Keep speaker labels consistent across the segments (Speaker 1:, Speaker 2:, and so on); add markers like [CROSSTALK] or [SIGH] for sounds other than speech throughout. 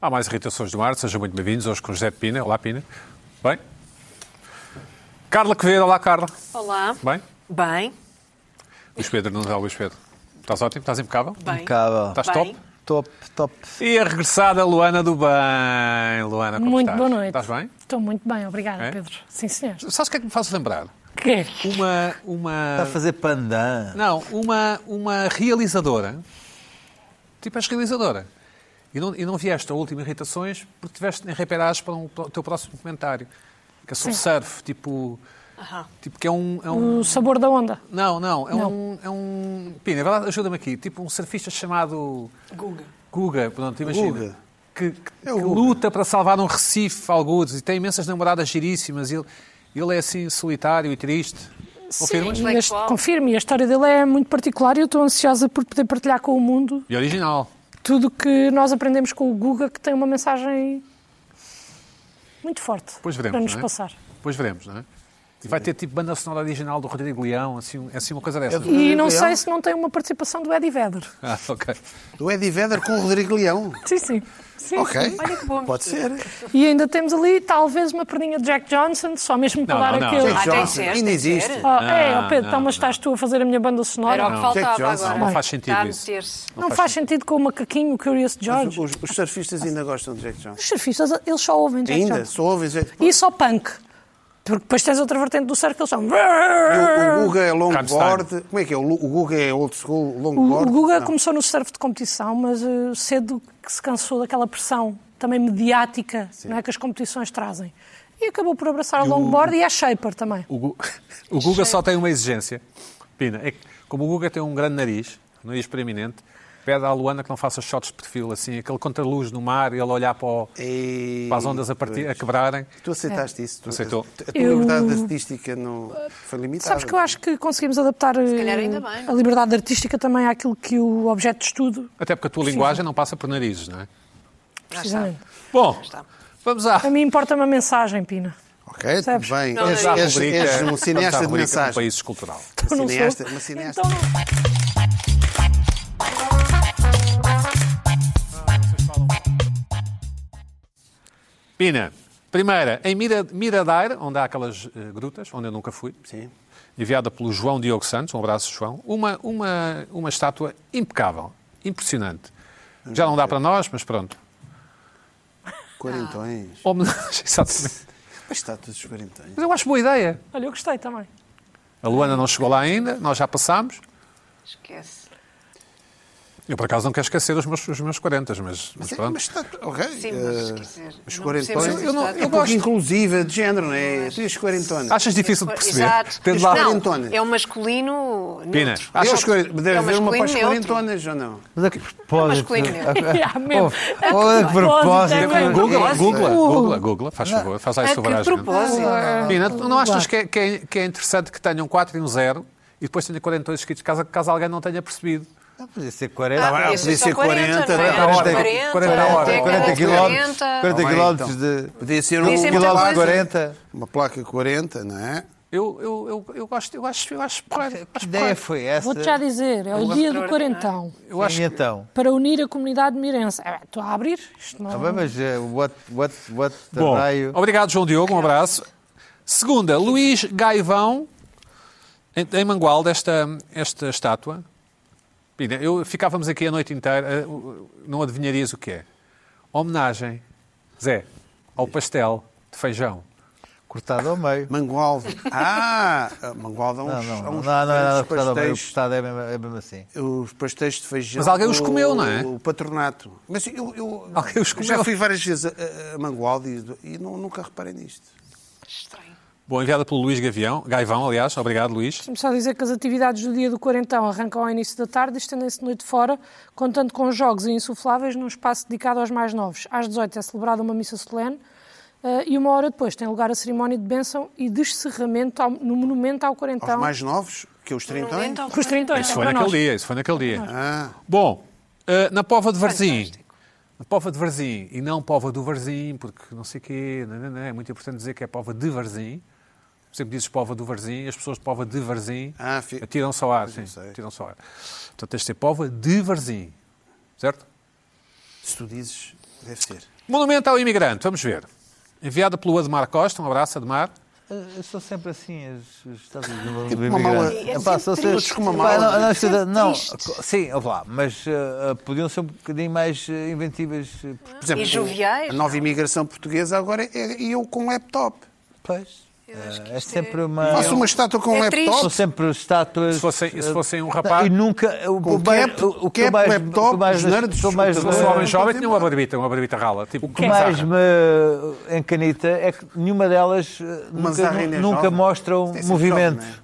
Speaker 1: Há mais irritações do mar, sejam muito bem-vindos hoje com José de Pina. Olá, Pina. Bem? Carla Quevedo, olá, Carla.
Speaker 2: Olá.
Speaker 1: Bem?
Speaker 2: Bem.
Speaker 1: Luís Pedro, não é Luís Pedro? Estás ótimo? Estás impecável?
Speaker 3: Um
Speaker 2: Bem.
Speaker 3: Impecável.
Speaker 1: Estás
Speaker 2: Bem.
Speaker 1: top?
Speaker 3: Top, top.
Speaker 1: E a regressada Luana do Bem. Luana, como
Speaker 4: Muito
Speaker 1: estás?
Speaker 4: boa noite.
Speaker 1: Estás bem?
Speaker 4: Estou muito bem, obrigada,
Speaker 1: É?
Speaker 4: Pedro. Sim, senhor.
Speaker 1: Sabes o que é que me faz lembrar?
Speaker 4: Que?
Speaker 1: Uma... uma...
Speaker 3: Está a fazer pandan.
Speaker 1: Não, uma, uma realizadora. Tipo, és realizadora. E não, e não vieste a última Irritações porque tiveste em reparás para, um, para o teu próximo comentário. Que é sobre surf, tipo...
Speaker 2: Aham.
Speaker 1: Tipo, que é um... É um
Speaker 4: O sabor da onda.
Speaker 1: Não, não, é
Speaker 4: Não.
Speaker 1: um... É um Pina, vai lá, ajuda-me aqui. Tipo, um surfista chamado...
Speaker 2: Guga.
Speaker 1: Guga, pronto, imagina.
Speaker 3: Guga.
Speaker 1: Que, que-
Speaker 3: É o
Speaker 1: que
Speaker 3: Guga.
Speaker 1: luta para salvar um recife, alguns, e tem imensas namoradas giríssimas. e Ele, ele é assim, solitário e triste. Confirmas?
Speaker 4: e este,
Speaker 2: Intelectual.
Speaker 4: confirmo, e a história dele é muito particular e eu estou ansiosa por poder partilhar com o mundo
Speaker 1: E original.
Speaker 4: tudo que nós aprendemos com o Guga, que tem uma mensagem muito forte
Speaker 1: Depois veremos,
Speaker 4: para nos
Speaker 1: não é?
Speaker 4: passar.
Speaker 1: Depois veremos, não é? E vai ter tipo banda sonora original do Rodrigo Leão, assim, é assim uma coisa dessa.
Speaker 3: Eu-
Speaker 4: E não
Speaker 3: Leão.
Speaker 4: sei se não tem uma participação do Eddie Vedder.
Speaker 1: Ah, ok.
Speaker 3: Do Eddie Vedder com o Rodrigo Leão.
Speaker 4: Sim, sim. Sim,
Speaker 3: Ok.
Speaker 4: sim.
Speaker 2: Olha que bom.
Speaker 3: Pode ser.
Speaker 4: E ainda temos ali, talvez, uma perninha de Jack Johnson, só mesmo para
Speaker 1: Não,
Speaker 4: dar
Speaker 1: não, não.
Speaker 4: aquele.
Speaker 2: Ah,
Speaker 3: Jack
Speaker 2: tem
Speaker 3: Johnson,
Speaker 2: certo.
Speaker 3: ainda existe.
Speaker 4: Oh, é,
Speaker 1: Não,
Speaker 4: oh Pedro, então,
Speaker 1: não,
Speaker 4: mas estás tu a fazer a minha banda
Speaker 2: Era o
Speaker 4: sonora?
Speaker 2: que
Speaker 3: Jack
Speaker 2: faltava
Speaker 3: Johnson.
Speaker 2: agora.
Speaker 1: Não faz sentido
Speaker 2: Está a
Speaker 1: isso.
Speaker 2: meter-se.
Speaker 4: Não faz sentido com o macaquinho, o Curious
Speaker 5: Os,
Speaker 4: George.
Speaker 5: os, os surfistas ainda gostam de Jack Johnson.
Speaker 4: Os surfistas, eles só ouvem Jack
Speaker 5: Ainda,
Speaker 4: Johnson.
Speaker 5: só ouvem Jack Johnson.
Speaker 4: E só punk. Porque depois tens outra vertente do surf que eles são...
Speaker 5: O, o Guga é
Speaker 1: Rammstein.
Speaker 5: longboard. Como é que é? O Lu- o Guga é old school,
Speaker 4: O,
Speaker 5: longboard?
Speaker 4: o Guga é
Speaker 5: Não.
Speaker 4: começou no surf de competição, mas eh, cedo que se cansou daquela pressão também mediática não é, que as competições trazem. E acabou por abraçar o longboard e a shaper também.
Speaker 1: O, Gu- o Guga só tem uma exigência. Pina, é que como o Guga tem um grande nariz, um nariz preeminente, pede à Luana que não faça shots de perfil, assim, aquele contra-luz no mar e ele olhar para, o-
Speaker 5: E-
Speaker 1: para as ondas a, partir, a quebrarem.
Speaker 5: Tu aceitaste isso? Tu
Speaker 1: Aceitou.
Speaker 5: A, tua
Speaker 4: Eu-
Speaker 5: liberdade artística não foi limitada.
Speaker 4: Sabes que eu acho que conseguimos adaptar eh,
Speaker 2: calhar ainda bem.
Speaker 4: a liberdade artística também àquilo que o objeto de estudo,
Speaker 1: Até porque a tua linguagem não passa por narizes, não é?
Speaker 4: precisamente.
Speaker 1: Bom,
Speaker 2: está.
Speaker 1: vamos à...
Speaker 4: A mim importa-me a mensagem, Pina.
Speaker 5: Ok, tudo
Speaker 4: Sabes?
Speaker 5: bem.
Speaker 2: Não,
Speaker 5: és,
Speaker 2: não.
Speaker 5: és- és um
Speaker 1: vamos à
Speaker 5: cineasta
Speaker 1: rubrica
Speaker 5: de
Speaker 1: Um
Speaker 5: mensagem.
Speaker 1: país escultural.
Speaker 4: Eu não sou.
Speaker 5: Cineasta, uma cineasta.
Speaker 4: Então não-
Speaker 1: Pina, primeira, em Mira, Miradair, onde há aquelas eh, grutas, onde eu nunca fui,
Speaker 5: Sim.
Speaker 1: enviada pelo João Diogo Santos, um abraço, João, uma, uma, uma estátua impecável, impressionante. Já não dá para nós, mas pronto.
Speaker 5: Quarentões.
Speaker 4: Ah.
Speaker 1: Homenagem, [LAUGHS] exatamente.
Speaker 5: Mas está todos os quarentões.
Speaker 1: Mas eu acho boa ideia.
Speaker 4: Olha, eu gostei também.
Speaker 1: A Luana não chegou lá ainda, nós já passámos.
Speaker 2: Esquece.
Speaker 1: Eu, por acaso, não quero esquecer os meus, os meus 40, mas, mas
Speaker 5: Mas, é-
Speaker 1: pronto.
Speaker 5: mas está. Ok.
Speaker 2: Sim, mas
Speaker 5: eh,
Speaker 2: quer dizer,
Speaker 5: os
Speaker 2: não
Speaker 5: quarentões.
Speaker 2: percebo
Speaker 1: Eu não-
Speaker 2: esta-
Speaker 1: eu
Speaker 5: é pouco
Speaker 1: gosto.
Speaker 5: inclusiva de género, não é? Tu e os quarentões.
Speaker 1: Achas difícil de perceber?
Speaker 2: Exato.
Speaker 1: Tendo lá...
Speaker 2: Não,
Speaker 5: quarentonas.
Speaker 2: é um masculino
Speaker 1: Pina,
Speaker 2: neutro.
Speaker 5: Acho
Speaker 1: achas
Speaker 5: que deve
Speaker 2: é
Speaker 5: haver
Speaker 2: masculino
Speaker 5: uma para as
Speaker 2: neutro.
Speaker 5: quarentonas ou não?
Speaker 3: Mas a que propósito.
Speaker 2: masculino, né?
Speaker 4: Ah, mesmo.
Speaker 3: Oh, olha que propósito.
Speaker 4: É mesmo.
Speaker 1: Google,
Speaker 2: Nossa.
Speaker 1: Google, Google, Google, faz favor, faz lá
Speaker 2: A
Speaker 1: esse
Speaker 2: Ah, que
Speaker 1: sobragem.
Speaker 2: propósito?
Speaker 1: Pina, tu não achas que é, que é- que é interessante que tenham 4 e um 0 e depois tenha 42 escritos, caso, caso alguém não tenha percebido?
Speaker 3: Ah, Podia ser 40.
Speaker 2: Ah,
Speaker 5: podia
Speaker 2: podia
Speaker 5: ser
Speaker 2: ser 40,
Speaker 5: 40,
Speaker 2: 40,
Speaker 3: não é?
Speaker 2: 40,
Speaker 1: 40 horas.
Speaker 3: 40 quilómetros. 40
Speaker 5: Bem,
Speaker 3: quilómetros
Speaker 5: então.
Speaker 3: de.
Speaker 2: Podia
Speaker 5: Podia ser um
Speaker 2: ser muita
Speaker 3: quilómetros
Speaker 2: coisa.
Speaker 3: 40.
Speaker 5: Uma placa 40, não é?
Speaker 1: Eu, eu, eu, eu gosto, eu acho, eu acho porreiro, eu
Speaker 3: [LAUGHS] Que
Speaker 1: acho
Speaker 3: ideia
Speaker 1: porreiro.
Speaker 3: foi essa?
Speaker 4: Vou-te já dizer, é o dia do quarentão.
Speaker 1: Eu acho
Speaker 3: E então.
Speaker 4: Para unir a comunidade mirense. Ah, Estou a abrir isto, não
Speaker 3: Ah, bem, mas eh, what, what, what
Speaker 1: Bom,
Speaker 3: raio?
Speaker 1: obrigado, João Diogo, um abraço. Segunda, Luís Gaivão, em, em Mangualde, esta, esta estátua. Pina, eu, ficávamos aqui a noite inteira, eh, não adivinharias o que é. Homenagem, Zé, ao pastel de
Speaker 3: [LAUGHS]
Speaker 1: feijão.
Speaker 3: Cortado ao meio.
Speaker 5: Mangualdo. Ah, Mangualdo há
Speaker 3: Não,
Speaker 5: uns,
Speaker 3: não,
Speaker 5: há
Speaker 3: não,
Speaker 5: uns
Speaker 3: não é nada
Speaker 5: uns
Speaker 3: cortado ao meio. O
Speaker 5: pastéis,
Speaker 3: cortado é mesmo, é mesmo assim.
Speaker 5: os pastéis de feijão.
Speaker 1: Mas alguém os
Speaker 5: com
Speaker 1: comeu, não é?
Speaker 5: O patronato. Mas eu, eu,
Speaker 1: Alguém os
Speaker 5: eu
Speaker 1: comeu.
Speaker 5: já fui várias vezes a, a Mangualdo e, e não- nunca reparei nisto.
Speaker 2: Estranho.
Speaker 1: Bom, enviada pelo Luís Gavião, Gaivão, aliás, obrigado, Luís.
Speaker 4: Deixa-me só dizer que as atividades do dia do quarentão arrancam ao início da tarde e estendem-se de noite fora, contando com jogos e insufláveis num espaço dedicado aos mais novos. Às 18 é celebrada uma missa solene eh, e uma hora depois tem lugar a cerimónia de bênção e descerramento ao- no monumento ao
Speaker 5: Aos
Speaker 4: quarentão.
Speaker 5: mais novos, que é os trintões.
Speaker 2: Então,
Speaker 4: Com os 30
Speaker 1: Isso foi naquele dia, isso foi naquele dia.
Speaker 5: Ah,
Speaker 1: Bom, eh, na Pova de Varzim.
Speaker 2: é Fantástico.
Speaker 1: Na Pova de Varzim, e não Pova do Varzim, porque não sei o quê, não, não, não, é muito importante dizer que é Pova de Varzim. Sempre dizes Pova do Varzim, e as pessoas de Pova de Varzim
Speaker 5: Ah, fi-
Speaker 1: atiram-se ao ar. é Sim,
Speaker 5: sei.
Speaker 1: atiram-se ao ar. Portanto, tens de ser Pova de Varzim, certo?
Speaker 5: se tu dizes, Deve ser.
Speaker 1: Monumento ao imigrante, vamos ver. Enviado pelo Admar Costa, um abraço, Admar.
Speaker 3: Eu sou sempre assim, as, as estátuas do do
Speaker 5: uma mala.
Speaker 3: imigrante.
Speaker 5: É
Speaker 3: Epá,
Speaker 2: sempre triste.
Speaker 3: sou sempre-
Speaker 5: Todos com uma
Speaker 3: Epá,
Speaker 5: mala.
Speaker 3: não, não, estuda- não,
Speaker 2: triste.
Speaker 3: sim, ouve lá, mas eh, podiam ser um bocadinho mais eh, inventivas. eh,
Speaker 1: Por exemplo,
Speaker 2: E joviais?
Speaker 5: A nova imigração portuguesa agora é e eu com laptop.
Speaker 3: Pois.
Speaker 2: Eu acho que
Speaker 3: eh, é
Speaker 2: isto
Speaker 3: sempre
Speaker 2: é-
Speaker 3: uma.
Speaker 5: Faço uma estátua com um
Speaker 2: É
Speaker 3: São
Speaker 5: laptop.
Speaker 2: triste.
Speaker 3: sempre estátuas.
Speaker 1: Se fossem- se fossem um
Speaker 3: eh,
Speaker 1: rapaz-
Speaker 3: E nunca. O,
Speaker 5: Com
Speaker 3: o mais-
Speaker 5: cap,
Speaker 3: o- o que
Speaker 5: cap,
Speaker 3: mais,
Speaker 5: laptop,
Speaker 3: o que mais,
Speaker 5: os nerds,
Speaker 3: o que mais,
Speaker 5: os
Speaker 1: o
Speaker 5: Eh,
Speaker 1: homem
Speaker 5: não
Speaker 1: um jovem
Speaker 5: tem
Speaker 1: tinha uma barbita, uma barbita rala. Tipo,
Speaker 3: O que mais me encanita é que nenhuma delas eh,
Speaker 5: Mas
Speaker 3: nunca,
Speaker 5: a Rainha é
Speaker 3: nunca
Speaker 5: jovem.
Speaker 3: mostram
Speaker 5: Isto é sempre
Speaker 3: movimento.
Speaker 5: jovem,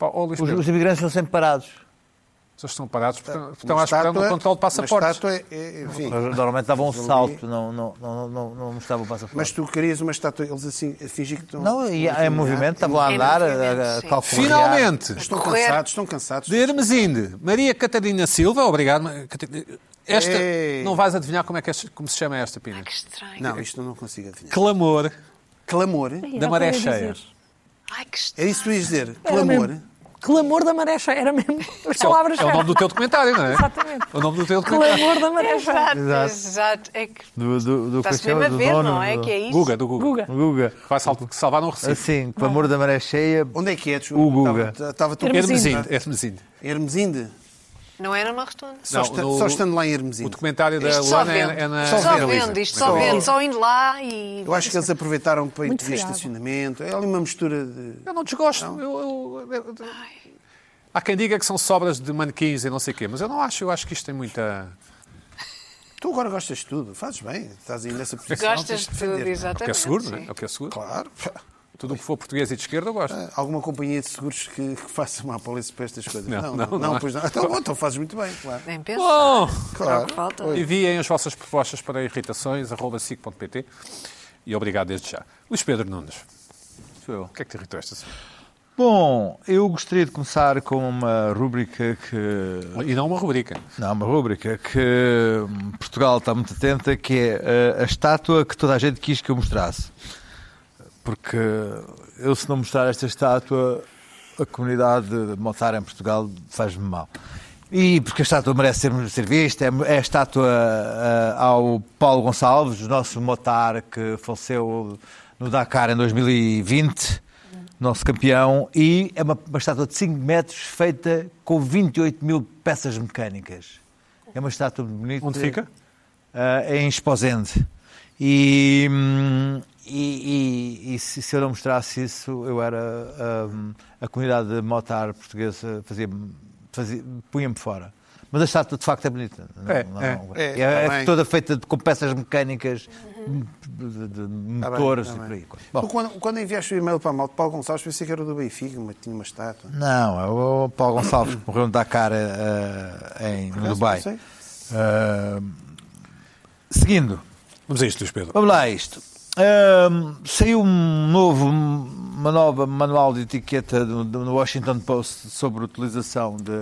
Speaker 5: não
Speaker 3: os, os imigrantes estão sempre parados.
Speaker 1: Vocês estão parados porque estão- estão
Speaker 5: Tá,
Speaker 1: à
Speaker 3: é
Speaker 5: Uma
Speaker 3: um
Speaker 1: espera do
Speaker 5: estátua-
Speaker 1: controle de
Speaker 5: Uma
Speaker 1: passaportes.
Speaker 5: estátua é- é, enfim.
Speaker 3: Normalmente davam um salto, não, não, não, não, não mostravam o passaporte.
Speaker 5: Mas tu querias uma estátua, eles assim, a fingir que estão.
Speaker 3: não, e há-
Speaker 5: estão a
Speaker 3: em movimento, estavam a
Speaker 2: Em
Speaker 3: andar,
Speaker 2: movimento,
Speaker 3: a, a
Speaker 2: sim.
Speaker 3: calcular.
Speaker 1: Finalmente,
Speaker 5: Estão
Speaker 2: Correr.
Speaker 5: cansados, estão cansados.
Speaker 1: de Hermesinde, Maria Catarina Silva, obrigado. Ma- Catarina. Esta,
Speaker 5: Ei.
Speaker 1: não vais adivinhar como, é que, este- como se chama esta, Pina.
Speaker 2: Que estranho.
Speaker 5: Não, isto eu não consigo adivinhar.
Speaker 1: Clamor
Speaker 5: Clamor?
Speaker 1: da maré
Speaker 4: eu ia
Speaker 1: cheia.
Speaker 4: dizer.
Speaker 2: Ai, que
Speaker 5: É
Speaker 2: estranho.
Speaker 5: isso que tu ias dizer? Clamor?
Speaker 4: Clamor da maré cheia, era mesmo as
Speaker 1: É o-
Speaker 4: palavras
Speaker 1: é o [LAUGHS] nome do teu documentário, não é?
Speaker 4: Exatamente.
Speaker 1: O nome do teu documentário.
Speaker 4: Clamor da maré cheia.
Speaker 2: Exato, exato. É que
Speaker 3: Do, do, do
Speaker 2: está-se mesmo a ver, não é? Que é isso.
Speaker 1: Guga, do Guga.
Speaker 4: Guga.
Speaker 3: Guga.
Speaker 1: Vai sal- salvar um num recife.
Speaker 3: Assim, com o amor da maré cheia.
Speaker 5: Onde é que é?
Speaker 3: O Guga.
Speaker 5: Estava tu
Speaker 4: Hermesinde.
Speaker 1: Hermesinde, Hermesinde.
Speaker 5: Hermesinde?
Speaker 2: Não era uma rotunda.
Speaker 5: Só,
Speaker 1: Não,
Speaker 5: esta-
Speaker 1: no-
Speaker 5: só estando lá em
Speaker 1: O
Speaker 5: Hermesinde.
Speaker 1: documentário da
Speaker 2: Isto só
Speaker 1: Luana
Speaker 2: vendo.
Speaker 1: é, é na.
Speaker 2: Só
Speaker 1: na Luísa.
Speaker 2: vendo, isto só
Speaker 5: Só-
Speaker 2: vendo, só indo lá e.
Speaker 5: Eu acho que eles aproveitaram para
Speaker 4: Muito
Speaker 5: pedir
Speaker 4: fiado.
Speaker 5: estacionamento. É ali uma mistura de.
Speaker 1: Eu não desgosto. Eu- eu- eu- Há quem diga que são sobras de manequins e não sei o quê, mas eu não acho. Eu acho que isto tem muita.
Speaker 5: Tu agora gostas de tudo, fazes bem, estás aí nessa posição. tens
Speaker 2: Gostas de
Speaker 5: defender,
Speaker 2: tudo,
Speaker 1: É
Speaker 5: não é?
Speaker 1: o que é
Speaker 2: exatamente.
Speaker 1: seguro, não é?
Speaker 2: sim.
Speaker 1: É o que é seguro.
Speaker 5: Claro.
Speaker 1: Tudo o que for português e de esquerda eu gosto.
Speaker 5: Ah, Alguma companhia de seguros que, que faça uma apólice para estas coisas?
Speaker 1: Não, não, não. é. [LAUGHS]
Speaker 5: pois não. Então, bom, então fazes muito bem, claro.
Speaker 2: Nem penso.
Speaker 1: Bom,
Speaker 2: Será que falta?
Speaker 1: enviem as vossas propostas para irritações.sic.pt e obrigado desde já. Luís Pedro Nunes,
Speaker 3: Sou eu.
Speaker 1: o que é que te irritou esta semana?
Speaker 3: Bom, eu gostaria de começar com uma rúbrica que
Speaker 1: E não uma rubrica.
Speaker 3: Não, uma rúbrica que hum, Portugal está muito atenta, que é eh, a estátua que toda a gente quis que eu mostrasse. Porque eu, se não mostrar esta estátua, a comunidade de Motar em Portugal faz-me mal. E porque a estátua merece ser, ser vista, é, é a estátua ah, ao Paulo Gonçalves, o nosso Motar que faleceu no Dakar em 2020, nosso campeão, e é uma, uma estátua de 5 metros feita com 28 mil peças mecânicas. É uma estátua muito bonita.
Speaker 1: Onde fica?
Speaker 3: Ah, em Esposende. E, hum, e- e- e se, se eu não mostrasse isso, eu era. hum, a comunidade de motar portuguesa fazia, fazia, punha-me fora. Mas a estátua de facto é bonita. Não-
Speaker 1: É,
Speaker 3: não-
Speaker 1: é,
Speaker 3: não-
Speaker 5: é,
Speaker 3: é- é
Speaker 5: tá bem.
Speaker 3: toda feita de- com peças mecânicas, de, de- de
Speaker 5: Tá bem,
Speaker 3: motores
Speaker 1: assim,
Speaker 5: tá
Speaker 3: e por
Speaker 5: bem.
Speaker 3: aí.
Speaker 5: Tu,
Speaker 3: Bom,
Speaker 5: quando, quando enviaste o e-mail para a malta, Paulo Gonçalves, pensei que era do Benfica, mas tinha uma estátua.
Speaker 3: não, é o Paulo Gonçalves que morreu no Dakar ah, em, no
Speaker 5: acaso,
Speaker 3: Dubai.
Speaker 5: não sei.
Speaker 3: Ah, seguindo.
Speaker 1: Vamos a isto, Luís Pedro.
Speaker 3: Vamos lá a isto. Ahm, saiu um novo, uma nova manual de etiqueta do, do- do Washington Post sobre a utilização de,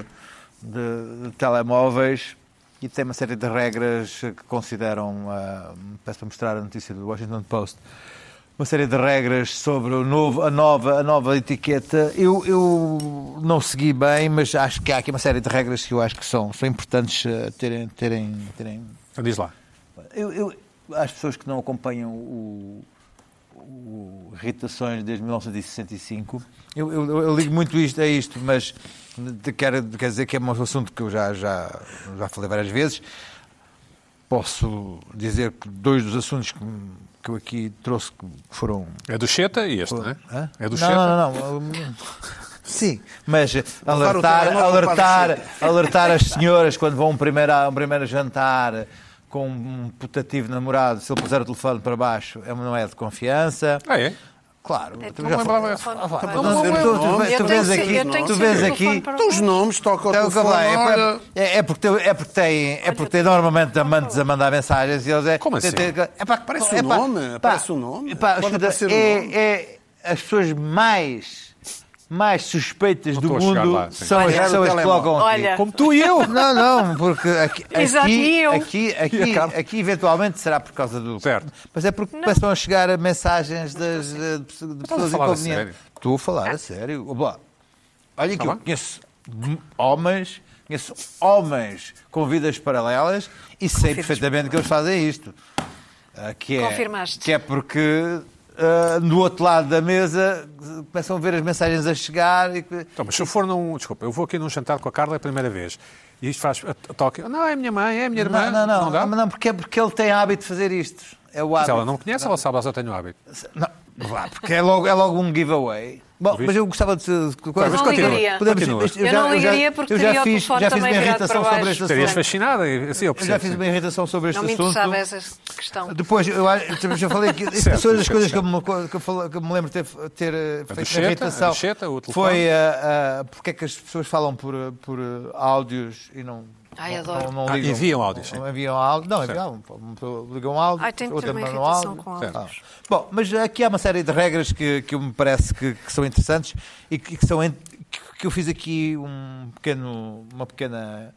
Speaker 3: de- de telemóveis e tem uma série de regras que consideram, ah, peço para mostrar a notícia do Washington Post, uma série de regras sobre o novo, a, nova, a nova etiqueta. Eu, eu não segui bem, mas acho que há aqui uma série de regras que eu acho que são, são importantes ah, terem, terem, terem
Speaker 1: Então diz lá.
Speaker 3: eu, eu, às pessoas que não acompanham o, o Irritações desde 1965, eu, eu- eu ligo muito isto a isto, mas de- quero, quer dizer que é um assunto que eu já, já, já falei várias vezes. Posso dizer que dois dos assuntos que, que eu aqui trouxe que foram.
Speaker 1: É do Cheta e este, não é?
Speaker 3: Hã?
Speaker 1: É do
Speaker 3: não,
Speaker 1: Cheta.
Speaker 3: não, não, não. Sim, mas
Speaker 5: o
Speaker 3: alertar,
Speaker 5: telemóvel para
Speaker 3: alertar,
Speaker 5: o
Speaker 3: alertar as senhoras quando vão a um primeiro, a um primeiro jantar com um putativo namorado, se ele puser o telefone para baixo, é- não é de confiança.
Speaker 1: Ah, é?
Speaker 3: Claro,
Speaker 2: É,
Speaker 3: tu
Speaker 2: não
Speaker 3: já
Speaker 2: lembrava Tá
Speaker 3: falaste.
Speaker 2: essa.
Speaker 3: Ah, vá,
Speaker 2: Não,
Speaker 3: tu-
Speaker 5: não,
Speaker 3: tu- tu-
Speaker 5: não, não.
Speaker 3: tu-
Speaker 2: Eu
Speaker 3: Tu
Speaker 2: tenho
Speaker 3: vês
Speaker 2: que- eu
Speaker 3: aqui,
Speaker 2: tenho que
Speaker 3: tu
Speaker 2: ser
Speaker 3: vês
Speaker 2: do
Speaker 3: aqui.
Speaker 2: telefone para
Speaker 5: Então os nomes, toca
Speaker 3: É
Speaker 5: o
Speaker 3: o que eu
Speaker 5: telefone.
Speaker 3: falei, é por-
Speaker 5: olha.
Speaker 3: é- é porque tem, é porque tem, é porque tem normalmente amantes a mandar mensagens e eles é.
Speaker 1: Como assim?
Speaker 3: tem- tem- é pá,
Speaker 5: Aparece
Speaker 3: é
Speaker 5: o
Speaker 3: pá,
Speaker 5: nome,
Speaker 3: pá,
Speaker 5: aparece o nome.
Speaker 3: é pá,
Speaker 5: Pode
Speaker 3: escuta,
Speaker 5: aparecer o
Speaker 3: é-
Speaker 5: nome.
Speaker 3: é as pessoas mais mais suspeitas do
Speaker 1: estou a chegar
Speaker 3: mundo
Speaker 1: lá, sim.
Speaker 3: são as
Speaker 5: Olha,
Speaker 3: pessoas que
Speaker 5: telemóvel.
Speaker 3: colocam aqui.
Speaker 2: Olha.
Speaker 1: Como tu e eu.
Speaker 3: Não, não, porque aqui,
Speaker 2: [LAUGHS] Exato, e
Speaker 3: aqui,
Speaker 2: eu?
Speaker 3: aqui, aqui, aqui eventualmente será por causa do.
Speaker 1: Certo. Então
Speaker 3: Mas é porque começam a chegar mensagens das, de, de pessoas
Speaker 1: falar a
Speaker 3: inconvenientes.
Speaker 1: sério?
Speaker 3: Estou a falar
Speaker 2: Ah.
Speaker 3: a sério. Opa, Olha que
Speaker 1: Tá
Speaker 3: eu
Speaker 1: bem.
Speaker 3: conheço homens, conheço homens com vidas paralelas e sei perfeitamente que eles fazem isto. Ah, que é,
Speaker 2: Confirmaste.
Speaker 3: Que é porque ah, do outro lado da mesa ah, começam a ver as mensagens a chegar e que-
Speaker 1: Então, mas se eu for num. Desculpa, eu vou aqui num jantar com a Carla é a primeira vez. E isto faz. Toque. Não, é a minha mãe, é a minha irmã.
Speaker 3: Não, não, não,
Speaker 1: dá?
Speaker 3: não, porque é porque ele tem hábito de fazer isto. É o
Speaker 1: Se
Speaker 3: hábito.
Speaker 1: ela não me conhece, ela sabe, ela só tem o hábito.
Speaker 3: Não, vá, porque é logo, é logo um giveaway. Bom,
Speaker 1: Viste?
Speaker 3: mas eu gostava de. de-
Speaker 1: Mas
Speaker 2: não
Speaker 1: continua,
Speaker 2: ligaria.
Speaker 1: Podemos-
Speaker 3: Podemos-
Speaker 1: continua.
Speaker 2: Eu não ligaria porque
Speaker 3: eu já
Speaker 2: teria o
Speaker 3: fiz,
Speaker 2: telefone
Speaker 3: já fiz
Speaker 2: também
Speaker 3: uma
Speaker 2: virado
Speaker 3: irritação
Speaker 2: para
Speaker 3: sobre
Speaker 2: baixo.
Speaker 3: este
Speaker 1: Estarias
Speaker 3: assunto.
Speaker 1: fascinada? e- Assim, eu
Speaker 3: Eu
Speaker 1: percebo.
Speaker 3: já fiz uma irritação sobre este
Speaker 2: Não me
Speaker 3: assunto.
Speaker 2: interessava é essa questão.
Speaker 3: Depois, eu, acho- eu já
Speaker 1: [LAUGHS]
Speaker 3: falei que
Speaker 1: Certo,
Speaker 3: isso foi das
Speaker 1: certo,
Speaker 3: coisas que eu, me, co- que, eu falo- que eu me lembro de ter, ter eh, feito
Speaker 1: Ducheta,
Speaker 3: na
Speaker 1: a
Speaker 3: irritação.
Speaker 1: Ducheta, o telefone.
Speaker 3: foi ah, ah, porque é que as pessoas falam por, eh, por eh, áudios e não.
Speaker 2: Ai,
Speaker 3: não-
Speaker 2: adoro.
Speaker 3: não- não
Speaker 1: Ah,
Speaker 3: ligam.
Speaker 1: enviam áudios,
Speaker 3: Não enviam áudio. Não, enviam. Uma pessoa liga um áudio.
Speaker 2: Ai, tenho
Speaker 3: outra
Speaker 2: também
Speaker 3: manda um
Speaker 2: irritação
Speaker 3: áudio.
Speaker 2: com áudios.
Speaker 3: Ah. Bom, mas aqui há uma série de regras que, que eu me parece que, que são interessantes e que, que são ent- que- que eu fiz aqui um pequeno, uma pequena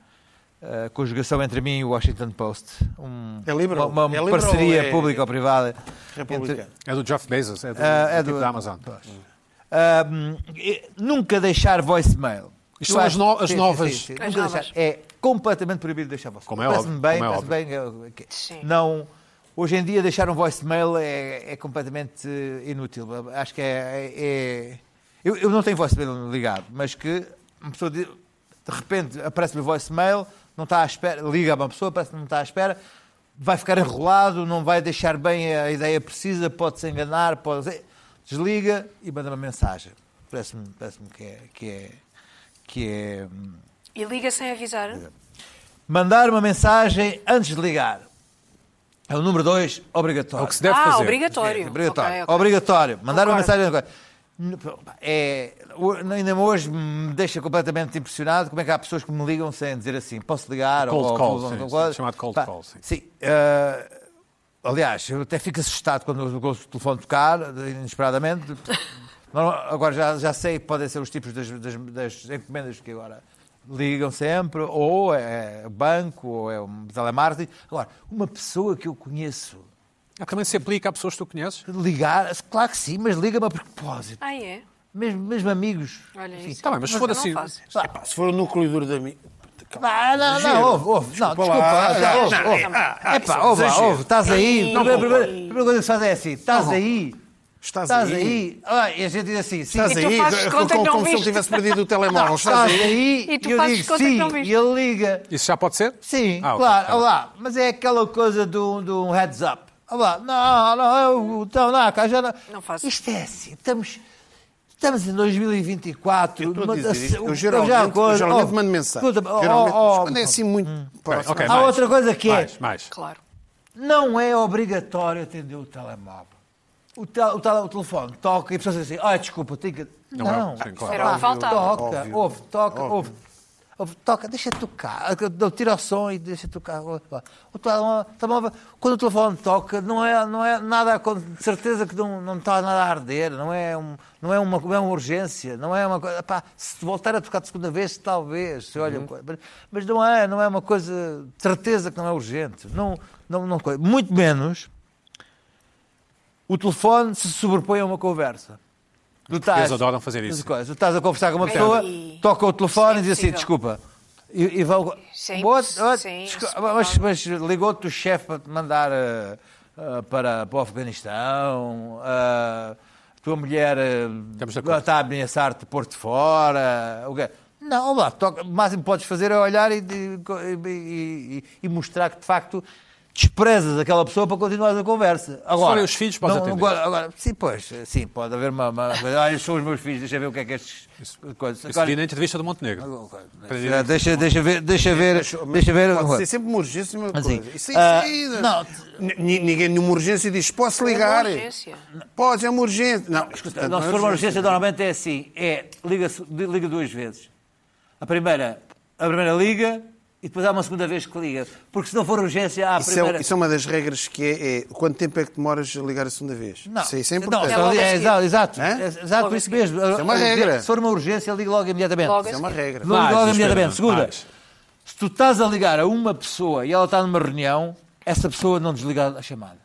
Speaker 3: eh, conjugação entre mim e o Washington Post. Um-
Speaker 5: É liberal?
Speaker 3: Uma, uma
Speaker 5: É liberal
Speaker 3: parceria
Speaker 5: ou é-
Speaker 3: pública ou privada.
Speaker 5: Republicano.
Speaker 1: É do Jeff Bezos, é do,
Speaker 3: Ah, é
Speaker 1: do tipo
Speaker 3: do-
Speaker 1: da Amazon.
Speaker 3: Ah, hum, e nunca deixar voicemail.
Speaker 1: Isto
Speaker 3: Eu
Speaker 1: são as
Speaker 3: acho-
Speaker 1: no- as
Speaker 3: sim, sim,
Speaker 1: novas.
Speaker 3: sim, sim,
Speaker 2: As
Speaker 3: nunca
Speaker 2: novas.
Speaker 3: deixar. É completamente proibido deixar voicemail.
Speaker 1: Como é
Speaker 3: Parece-me
Speaker 1: óbvio,
Speaker 3: Bem,
Speaker 1: como é
Speaker 3: parece bem, eu- que-
Speaker 2: Sim.
Speaker 3: Não, hoje em dia deixar um voicemail é, é completamente eh, inútil. Acho que é... é- é- eu, eu não tenho voicemail ligado, mas que uma pessoa de, de repente aparece-me o voicemail, não está à espera, liga a uma pessoa, parece que não está à espera, vai ficar enrolado, não vai deixar bem a ideia precisa, pode-se enganar, pode desliga e manda uma mensagem. Parece-me parece que é... Que é, que é hum,
Speaker 2: E liga sem avisar.
Speaker 3: Mandar uma mensagem antes de ligar. É o número 2,
Speaker 1: É
Speaker 3: obrigatório.
Speaker 1: o que se deve
Speaker 2: ah,
Speaker 1: fazer.
Speaker 2: obrigatório.
Speaker 3: É, Obrigatório.
Speaker 2: Ok, ok.
Speaker 3: Obrigatório. Mandar uma
Speaker 2: Concordo.
Speaker 3: mensagem agora. É, o- ainda hoje me deixa completamente impressionado como é que há pessoas que me ligam sem dizer assim, posso ligar?
Speaker 1: Cold
Speaker 3: ou,
Speaker 1: call,
Speaker 3: ou-
Speaker 1: sim,
Speaker 3: ou-
Speaker 1: sim,
Speaker 3: ou-
Speaker 1: chamado cold call, sim.
Speaker 3: ah, aliás, eu até fico assustado quando eu ouço o telefone tocar,
Speaker 2: [LAUGHS]
Speaker 3: inesperadamente. Não, agora já, já sei, podem ser os tipos das, das- das encomendas que agora ligam sempre, ou é banco, ou é um telemarketing. Agora, uma pessoa que eu conheço
Speaker 1: Ah, Também se aplica a pessoas que tu conheces.
Speaker 3: ligar, claro que sim, mas liga-me a propósito.
Speaker 2: Ah, é?
Speaker 3: Mesmo, mesmo amigos.
Speaker 2: Olha
Speaker 3: Enfim,
Speaker 2: isso.
Speaker 1: Tá bem, mas se for
Speaker 2: eu não
Speaker 1: assim-
Speaker 2: faço.
Speaker 5: Epá, Ah, se for o núcleo duro da mim.
Speaker 3: Não, não,
Speaker 5: Giro.
Speaker 3: não, ouve, ouve, não,
Speaker 5: Desculpa
Speaker 3: desculpa,
Speaker 5: lá,
Speaker 3: já,
Speaker 5: não,
Speaker 3: ouve,
Speaker 5: não,
Speaker 3: ouve.
Speaker 5: não, não,
Speaker 3: Epá,
Speaker 5: não,
Speaker 3: ouve, lá,
Speaker 5: exagero.
Speaker 3: ouve, estás aí,
Speaker 2: Não
Speaker 3: primeira,
Speaker 2: concordo.
Speaker 3: primeira, primeira coisa que se faz é assim, estás aí,
Speaker 5: Estás,
Speaker 3: estás
Speaker 5: aí.
Speaker 3: aí, Ah, e a gente diz assim, sim,
Speaker 5: Estás
Speaker 2: E tu
Speaker 5: aí.
Speaker 2: fazes
Speaker 5: co-
Speaker 2: conta que
Speaker 5: co-
Speaker 2: não
Speaker 5: como se eu
Speaker 2: viste.
Speaker 5: tivesse perdido o telemóvel.
Speaker 3: não, estás
Speaker 5: Estás aí.
Speaker 3: aí,
Speaker 2: E tu
Speaker 3: eu
Speaker 2: fazes
Speaker 3: digo
Speaker 2: conta que
Speaker 3: sim,
Speaker 2: não viste.
Speaker 3: e ele liga,
Speaker 1: Isso já pode ser?
Speaker 3: sim,
Speaker 1: Ah, ok,
Speaker 3: claro,
Speaker 1: tá bem.
Speaker 3: olá, mas é aquela coisa de um, de um heads up, olá, não, não, eu, então, não, cá já não,
Speaker 2: Não faço.
Speaker 3: isto é assim, estamos... Estamos em 2024.
Speaker 5: Eu estou a
Speaker 3: mas-
Speaker 5: dizer isto. Eu
Speaker 3: já
Speaker 5: geralmente, eu
Speaker 3: coisa-
Speaker 5: geralmente
Speaker 3: oh,
Speaker 5: mando mensagem.
Speaker 3: escuta, oh,
Speaker 5: Geralmente,
Speaker 3: oh,
Speaker 5: mas quando é assim muito próximo.
Speaker 1: Hum. ok.
Speaker 3: Há
Speaker 1: mais.
Speaker 3: outra coisa que é,
Speaker 1: Mais, mais.
Speaker 2: Claro.
Speaker 3: não é obrigatório atender o telemóvel. O, tel- o tel- o telefone toca e a pessoa diz assim, ah, desculpa, tenho que...
Speaker 1: Não
Speaker 3: Não,
Speaker 1: é- sim, claro.
Speaker 2: Era o que faltava.
Speaker 3: toca,
Speaker 5: Óbvio.
Speaker 3: ouve, toca,
Speaker 5: Óbvio.
Speaker 3: ouve. Ouve, toca, deixa tocar, Não, tira o som e deixa tocar. O telemóvel, telemóvel- quando o telefone toca, não é, não é nada, com certeza que não, não está nada a arder, não é, um, não é, uma, não é uma urgência, não é uma coisa, pá, se voltar a tocar de segunda vez, talvez, se
Speaker 1: Uhum.
Speaker 3: olha, mas, mas não é, não é uma coisa, de certeza que não é urgente, não, não, não, coisa. muito menos o telefone se sobrepõe a uma conversa. Tu estás-
Speaker 1: portugueses adoram fazer isso.
Speaker 3: Tu coisas. Tu estás a conversar com uma
Speaker 2: Sim.
Speaker 3: pessoa,
Speaker 2: Sim.
Speaker 3: toca o telefone e diz
Speaker 2: Isso é
Speaker 3: assim, desculpa. E, e vão...
Speaker 2: Sim,
Speaker 3: What? What?
Speaker 2: sim,
Speaker 3: Desculpa,
Speaker 2: isso
Speaker 3: mas,
Speaker 2: concordo.
Speaker 3: mas ligou-te o chefe para te mandar eh, eh, para, para o Afeganistão, eh, tua mulher eh,
Speaker 1: Estamos de acordo.
Speaker 3: está a ameaçar-te pôr-te fora. o quê? Não, lá, toca, o máximo que podes fazer é olhar e, e- e- e mostrar que de facto desprezas aquela pessoa para continuar a conversa. Agora,
Speaker 1: forem os filhos, podes atender.
Speaker 3: Agora, agora- sim, pois, sim, pode haver uma. uma coisa, olha, são os meus filhos, deixa ver o que é que estes. coisas-
Speaker 1: Isso
Speaker 3: agora-
Speaker 1: vi na entrevista do Montenegro. Aprendi-
Speaker 3: Espera, deixa, deixa ver, deixa ver, deixa ver. um
Speaker 5: Pode ser sempre uma urgência uma
Speaker 3: Assim,
Speaker 5: coisa. Isso, isso,
Speaker 3: ah,
Speaker 5: isso.
Speaker 3: não.
Speaker 5: N- ni- Ninguém numa urgência diz, posso ligar?
Speaker 2: urgência.
Speaker 5: Podes, é uma urgência. Não, escuta,
Speaker 3: Não,
Speaker 5: não
Speaker 3: se
Speaker 5: é
Speaker 3: for uma urgência, normalmente é assim: é liga, liga duas vezes. A primeira, a primeira liga e depois há uma segunda vez que liga. Porque se não for urgência, há a
Speaker 5: Isso
Speaker 3: primeira.
Speaker 5: é, isso é uma das regras que é, é, quanto tempo é que demoras a ligar a segunda vez?
Speaker 3: Não,
Speaker 5: Isso, isso é
Speaker 3: não,
Speaker 5: importante.
Speaker 2: É logo a
Speaker 3: é,
Speaker 2: seguir.
Speaker 3: exato, exato,
Speaker 5: Hã?
Speaker 3: é, exato por isso mesmo.
Speaker 5: é uma regra.
Speaker 3: Se for uma urgência, liga logo imediatamente.
Speaker 2: Logo
Speaker 5: Isso é uma regra.
Speaker 3: Não
Speaker 1: Mais,
Speaker 3: liga logo
Speaker 1: espera,
Speaker 3: imediatamente. Segunda,
Speaker 1: mais.
Speaker 3: se tu estás a ligar a uma pessoa e ela está numa reunião, essa pessoa não desliga a chamada.